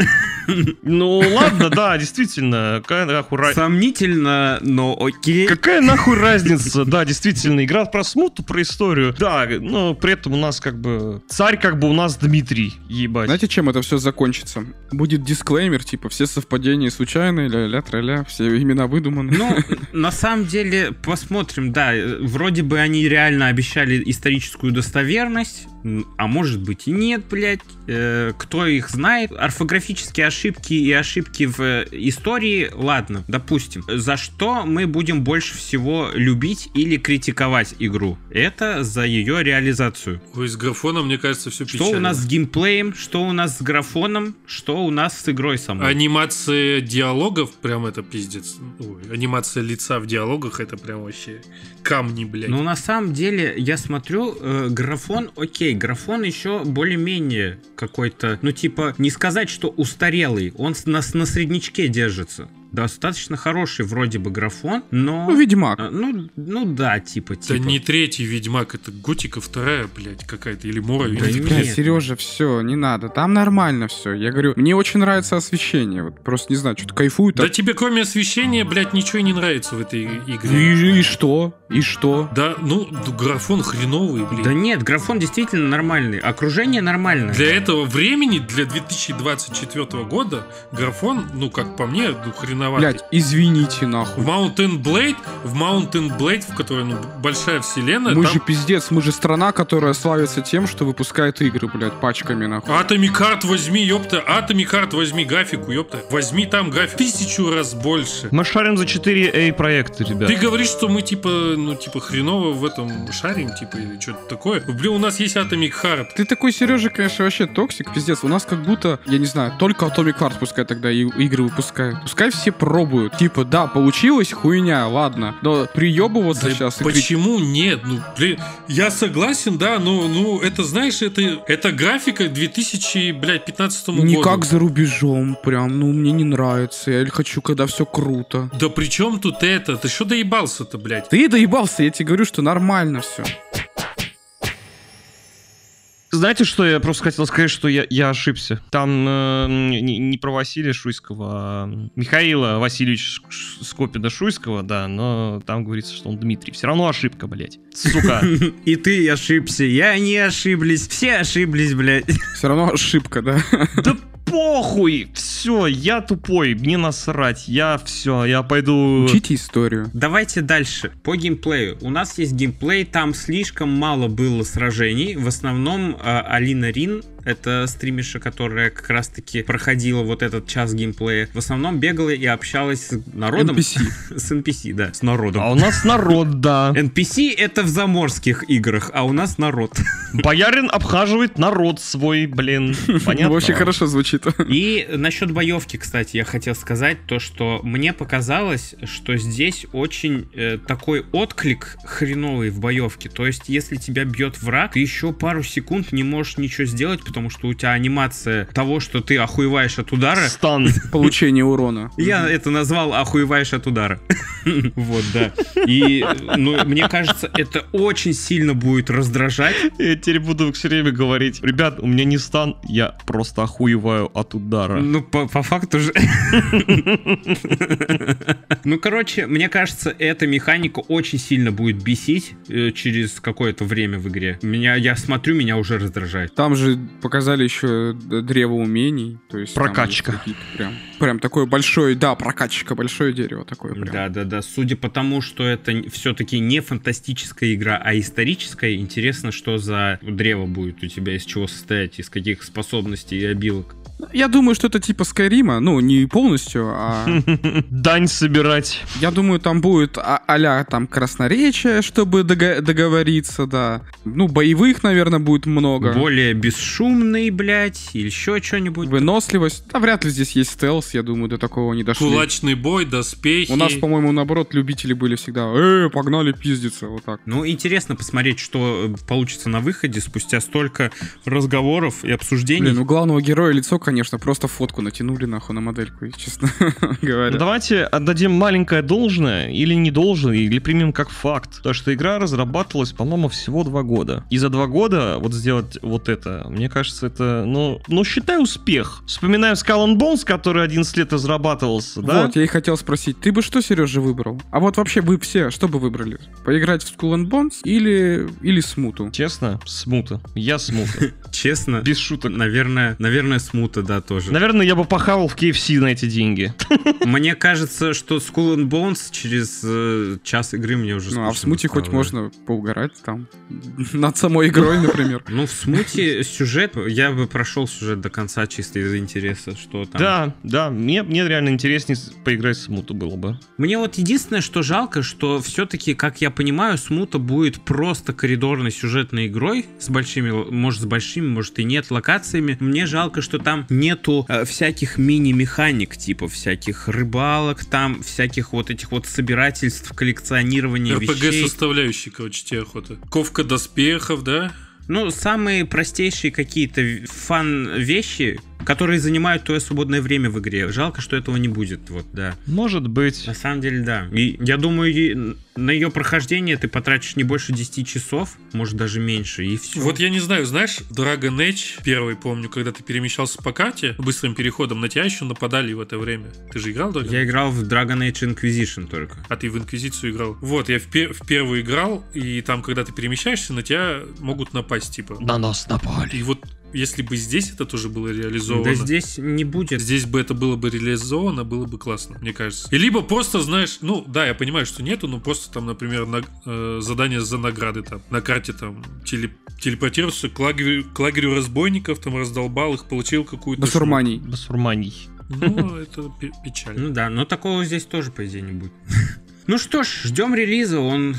A: Ну ладно, да, действительно, какая нахуй ра-
B: Сомнительно, но окей.
A: Какая нахуй разница? Да, действительно, игра про смуту, про историю. Да, но при этом у нас как бы... Царь как бы у нас Дмитрий, ебать.
C: Знаете, чем это все закончится? Будет дисклеймер, типа, все совпадения случайные, ля-ля, траля, все имена выдуманы.
B: Ну, на самом деле, посмотрим, да, э, вроде бы они реально обещали историческую достоверность, м, а может быть и нет, блядь, Э, кто их знает. Орфографические ошибки и ошибки в э, истории, ладно, допустим. За что мы будем больше всего любить или критиковать игру? Это за ее реализацию.
D: Ой, с графона, мне кажется, все
B: Что у нас с геймплеем, что у нас с графоном, что у нас с игрой самой.
D: Анимация диалогов, прям это пиздец. Ой, анимация лица в диалогах, это прям вообще камни, блядь.
B: Ну, на самом деле, я смотрю, э, графон, окей, графон еще более-менее какой-то, ну, типа, не сказать, что устарелый, он с- на, с- на среднячке держится. Достаточно хороший вроде бы графон, но...
C: Ну, Ведьмак.
B: э, ну, ну да, типа,
D: это
B: типа.
D: не третий Ведьмак, это Готика вторая, блядь, какая-то, или Муравей.
B: Да
D: Или-
B: нет.
C: Блядь, Сережа, все, не надо. Там нормально все. Я говорю, мне очень нравится освещение. Вот просто не знаю, что-то кайфую
D: Да
C: так.
D: тебе кроме освещения, блядь, ничего и не нравится в этой и- игре.
C: И, и что? И что?
D: Да, ну, д- графон хреновый, блядь.
B: Да нет, графон действительно нормальный, окружение нормальное.
D: Для этого времени, для 2024 года, графон, ну, как по мне, ну, хреноватый.
C: Блять, извините нахуй.
D: В Mountain Blade, в Mountain Blade, в которой, ну, большая вселенная,
C: Мы
D: там
C: же пиздец, мы же страна, которая славится тем, что выпускает игры, блядь, пачками нахуй.
D: Атоми карт возьми, ёпта, Атоми карт возьми графику, ёпта. Возьми там график тысячу раз больше.
A: Мы шарим за 4A проекты, ребят.
D: Ты говоришь, что мы типа, ну типа хреново в этом шарим, типа или что-то такое. Блин, у нас есть Atomic Heart.
C: Ты такой, Сережа, конечно, вообще токсик, пиздец. У нас как будто, я не знаю, только Atomic Heart пускай тогда и- игры выпускают. Пускай все пробуют. Типа, да, получилось, хуйня, ладно. Но приебываться
D: Да
C: сейчас и кричать,
D: почему нет? Ну, блин, я согласен, да, но, ну, это, знаешь, это, это графика 2015 году.
C: не как за рубежом, прям, ну, мне не нравится. Я хочу, когда все круто.
D: Да при чем тут это? Ты что доебался-то, блядь?
C: Ты доебался, я тебе говорю, что нормально все.
A: Знаете, что я просто хотел сказать, что я, я ошибся. Там э, не, не про Василия Шуйского, а Михаила Васильевича Ш- Ш- Скопина Шуйского, да, но там говорится, что он Дмитрий. Все равно ошибка, блядь. Сука.
B: [laughs] И ты ошибся, и они ошиблись, все ошиблись, блядь.
C: Все равно ошибка, да?
A: Да похуй! Все, я тупой, мне насрать. Я все, я пойду...
C: Учите историю.
B: Давайте дальше. По геймплею. У нас есть геймплей, там слишком мало было сражений. В основном э, Алина Рин Это стримиша, которая как раз-таки проходила вот этот час геймплея. В основном бегала и общалась с народом.
C: NPC.
B: С NPC, да. С народом.
A: А у нас народ, да.
B: NPC это в заморских играх, а у нас народ.
A: Боярин обхаживает народ свой,
C: [laughs]
A: блин. Понятно?
C: Ну, Вообще хорошо звучит. [laughs]
B: И насчет боевки, кстати, я хотел сказать то, что мне показалось, что здесь очень э, такой отклик хреновый в боевке. То есть, если тебя бьет враг, ты еще пару секунд не можешь ничего сделать, потому что у тебя анимация того, что ты охуеваешь от удара.
A: Стан.
C: Получение урона.
B: Я это назвал охуеваешь от удара. [laughs] Вот, да. И, ну, мне кажется, это очень сильно будет раздражать.
A: [laughs] Я теперь буду все время говорить. Ребят, у меня не стан, я просто охуеваю от удара.
B: Ну, по, по факту же. [laughs] Ну, короче, мне кажется, эта механика очень сильно будет бесить э, через какое-то время в игре. Меня, я смотрю, меня уже раздражает.
C: Там же показали еще д- древо умений. То есть там
A: Прокачка.
C: есть какие-то Прям, прям такое большое, да, прокачка, большое дерево такое прям.
B: Да, да, да. Судя по тому, что это все-таки не фантастическая игра, а историческая, интересно, что за древо будет у тебя, из чего состоять, из каких способностей и обилок.
C: Я думаю, что это типа Скайрима, ну, не полностью,
B: [laughs]
C: а
A: [laughs] Дань собирать.
C: я думаю, там будет а- а-ля там красноречие, чтобы дого- договориться, да. Ну, боевых, наверное, будет много.
B: Более бесшумный, блять, или еще что-нибудь.
C: Выносливость. Да, вряд ли здесь есть стелс, я думаю, до такого не дошли.
D: Кулачный бой, доспехи.
C: У нас, по-моему, наоборот, любители были всегда. Э, погнали пиздиться, вот так.
B: Ну, интересно посмотреть, что э, получится на выходе спустя столько разговоров и обсуждений.
C: Блин, ну, у главного героя лицо, конечно, просто фотку натянули нахуй на модельку, и, честно [laughs]
A: Ну,
C: говоря.
A: Давайте отдадим маленькое должное или не должное, или примем как факт. То, что игра разрабатывалась, по-моему, всего два года. И за два года вот сделать вот это, мне кажется, это, ну, ну считай успех. Вспоминаем Skull and Bones, который 11 лет разрабатывался, да?
C: Вот, я и хотел спросить, ты бы что, Сережа, выбрал? А вот вообще вы все, что бы выбрали? Поиграть в Skull and Bones или, или Смуту?
A: Честно, смута. Я смута.
B: Честно,
A: Без шуток.
B: наверное, наверное, смута, да, тоже.
A: Наверное, я бы похавал в KFC на эти деньги.
B: Мне кажется, что Skull and Bones через э, час игры мне уже
C: Ну, а в
B: скучно
C: Смуте хоть
B: стало, да.
C: можно поугарать там [laughs] над самой игрой, например.
B: Ну, в смуте сюжет, я бы прошел сюжет до конца чисто из интереса, что там.
A: Да, да, мне, мне реально интереснее с- поиграть в смуту было бы.
B: Мне вот единственное, что жалко, что все-таки, как я понимаю, смута будет просто коридорной сюжетной игрой с большими, л- может с большими, может и нет, локациями. Мне жалко, что там нету э, всяких мини-механик, типа всяких рыбалок, там всяких вот этих вот собирательств, коллекционирования вещей.
D: РПГ-составляющий, короче, тебе охота. Ковка доспехов, да?
B: Ну, самые простейшие какие-то в- фан-вещи, которые занимают твое свободное время в игре. Жалко, что этого не будет, вот, да.
A: Может быть.
B: На самом деле, да. И я думаю, и на ее прохождение ты потратишь не больше 10 часов, может даже меньше, и все.
D: Вот я не знаю, знаешь, Dragon Age, первый помню, когда ты перемещался по карте, быстрым переходом, на тебя еще нападали в это время. Ты же играл в Dragon
B: Я играл в Dragon Age Inquisition только.
D: А ты в Инквизицию играл. Вот, я в, пе- в первую играл, и там, когда ты перемещаешься, на тебя могут напасть, типа.
A: На нас напали.
D: И вот если бы здесь это тоже было реализовано.
B: Да здесь не будет.
D: Здесь бы это было бы реализовано, было бы классно, мне кажется. И либо просто, знаешь, ну да, я понимаю, что нету, но просто там, например, на- э, задание за награды там на карте там теле- телепортировался к лагерю, к лагерю разбойников, там раздолбал их, получил
C: ну,
D: какую-то. шмотку.
C: Басурманий.
A: Басурманий.
D: Ну, это пе- печально.
B: Ну да, но такого здесь тоже, по идее, не будет. Ну что ж, ждем релиза, он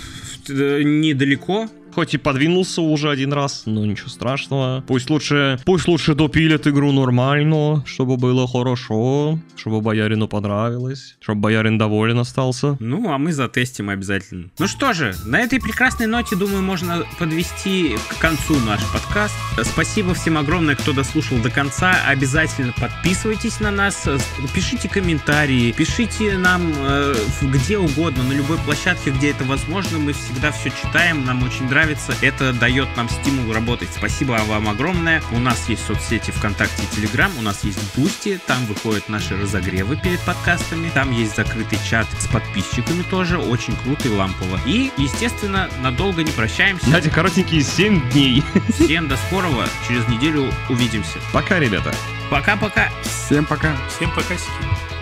B: э, недалеко,
A: Хоть и подвинулся уже один раз, но ничего страшного. Пусть лучше, пусть лучше допилят игру нормально, чтобы было хорошо, чтобы боярину понравилось, чтобы боярин доволен остался.
B: Ну, а мы затестим обязательно. Ну что же, на этой прекрасной ноте, думаю, можно подвести к концу наш подкаст. Спасибо всем огромное, кто дослушал до конца. Обязательно подписывайтесь на нас, э, пишите комментарии, пишите нам э, в- где угодно, на любой площадке, где это возможно. Мы всегда все читаем, нам очень нравится. Это дает нам стимул работать. Спасибо вам огромное. У нас есть соцсети ВКонтакте и Телеграм, у нас есть Бусти, там выходят наши разогревы перед подкастами, там есть закрытый чат с подписчиками тоже, очень круто и лампово. И, естественно, надолго не
A: [laughs]
B: прощаемся.
A: Кстати, коротенькие 7 дней. [laughs]
B: Всем до скорого, через неделю увидимся.
A: Пока, ребята.
B: Пока-пока.
C: Всем пока.
D: Всем пока, Сики.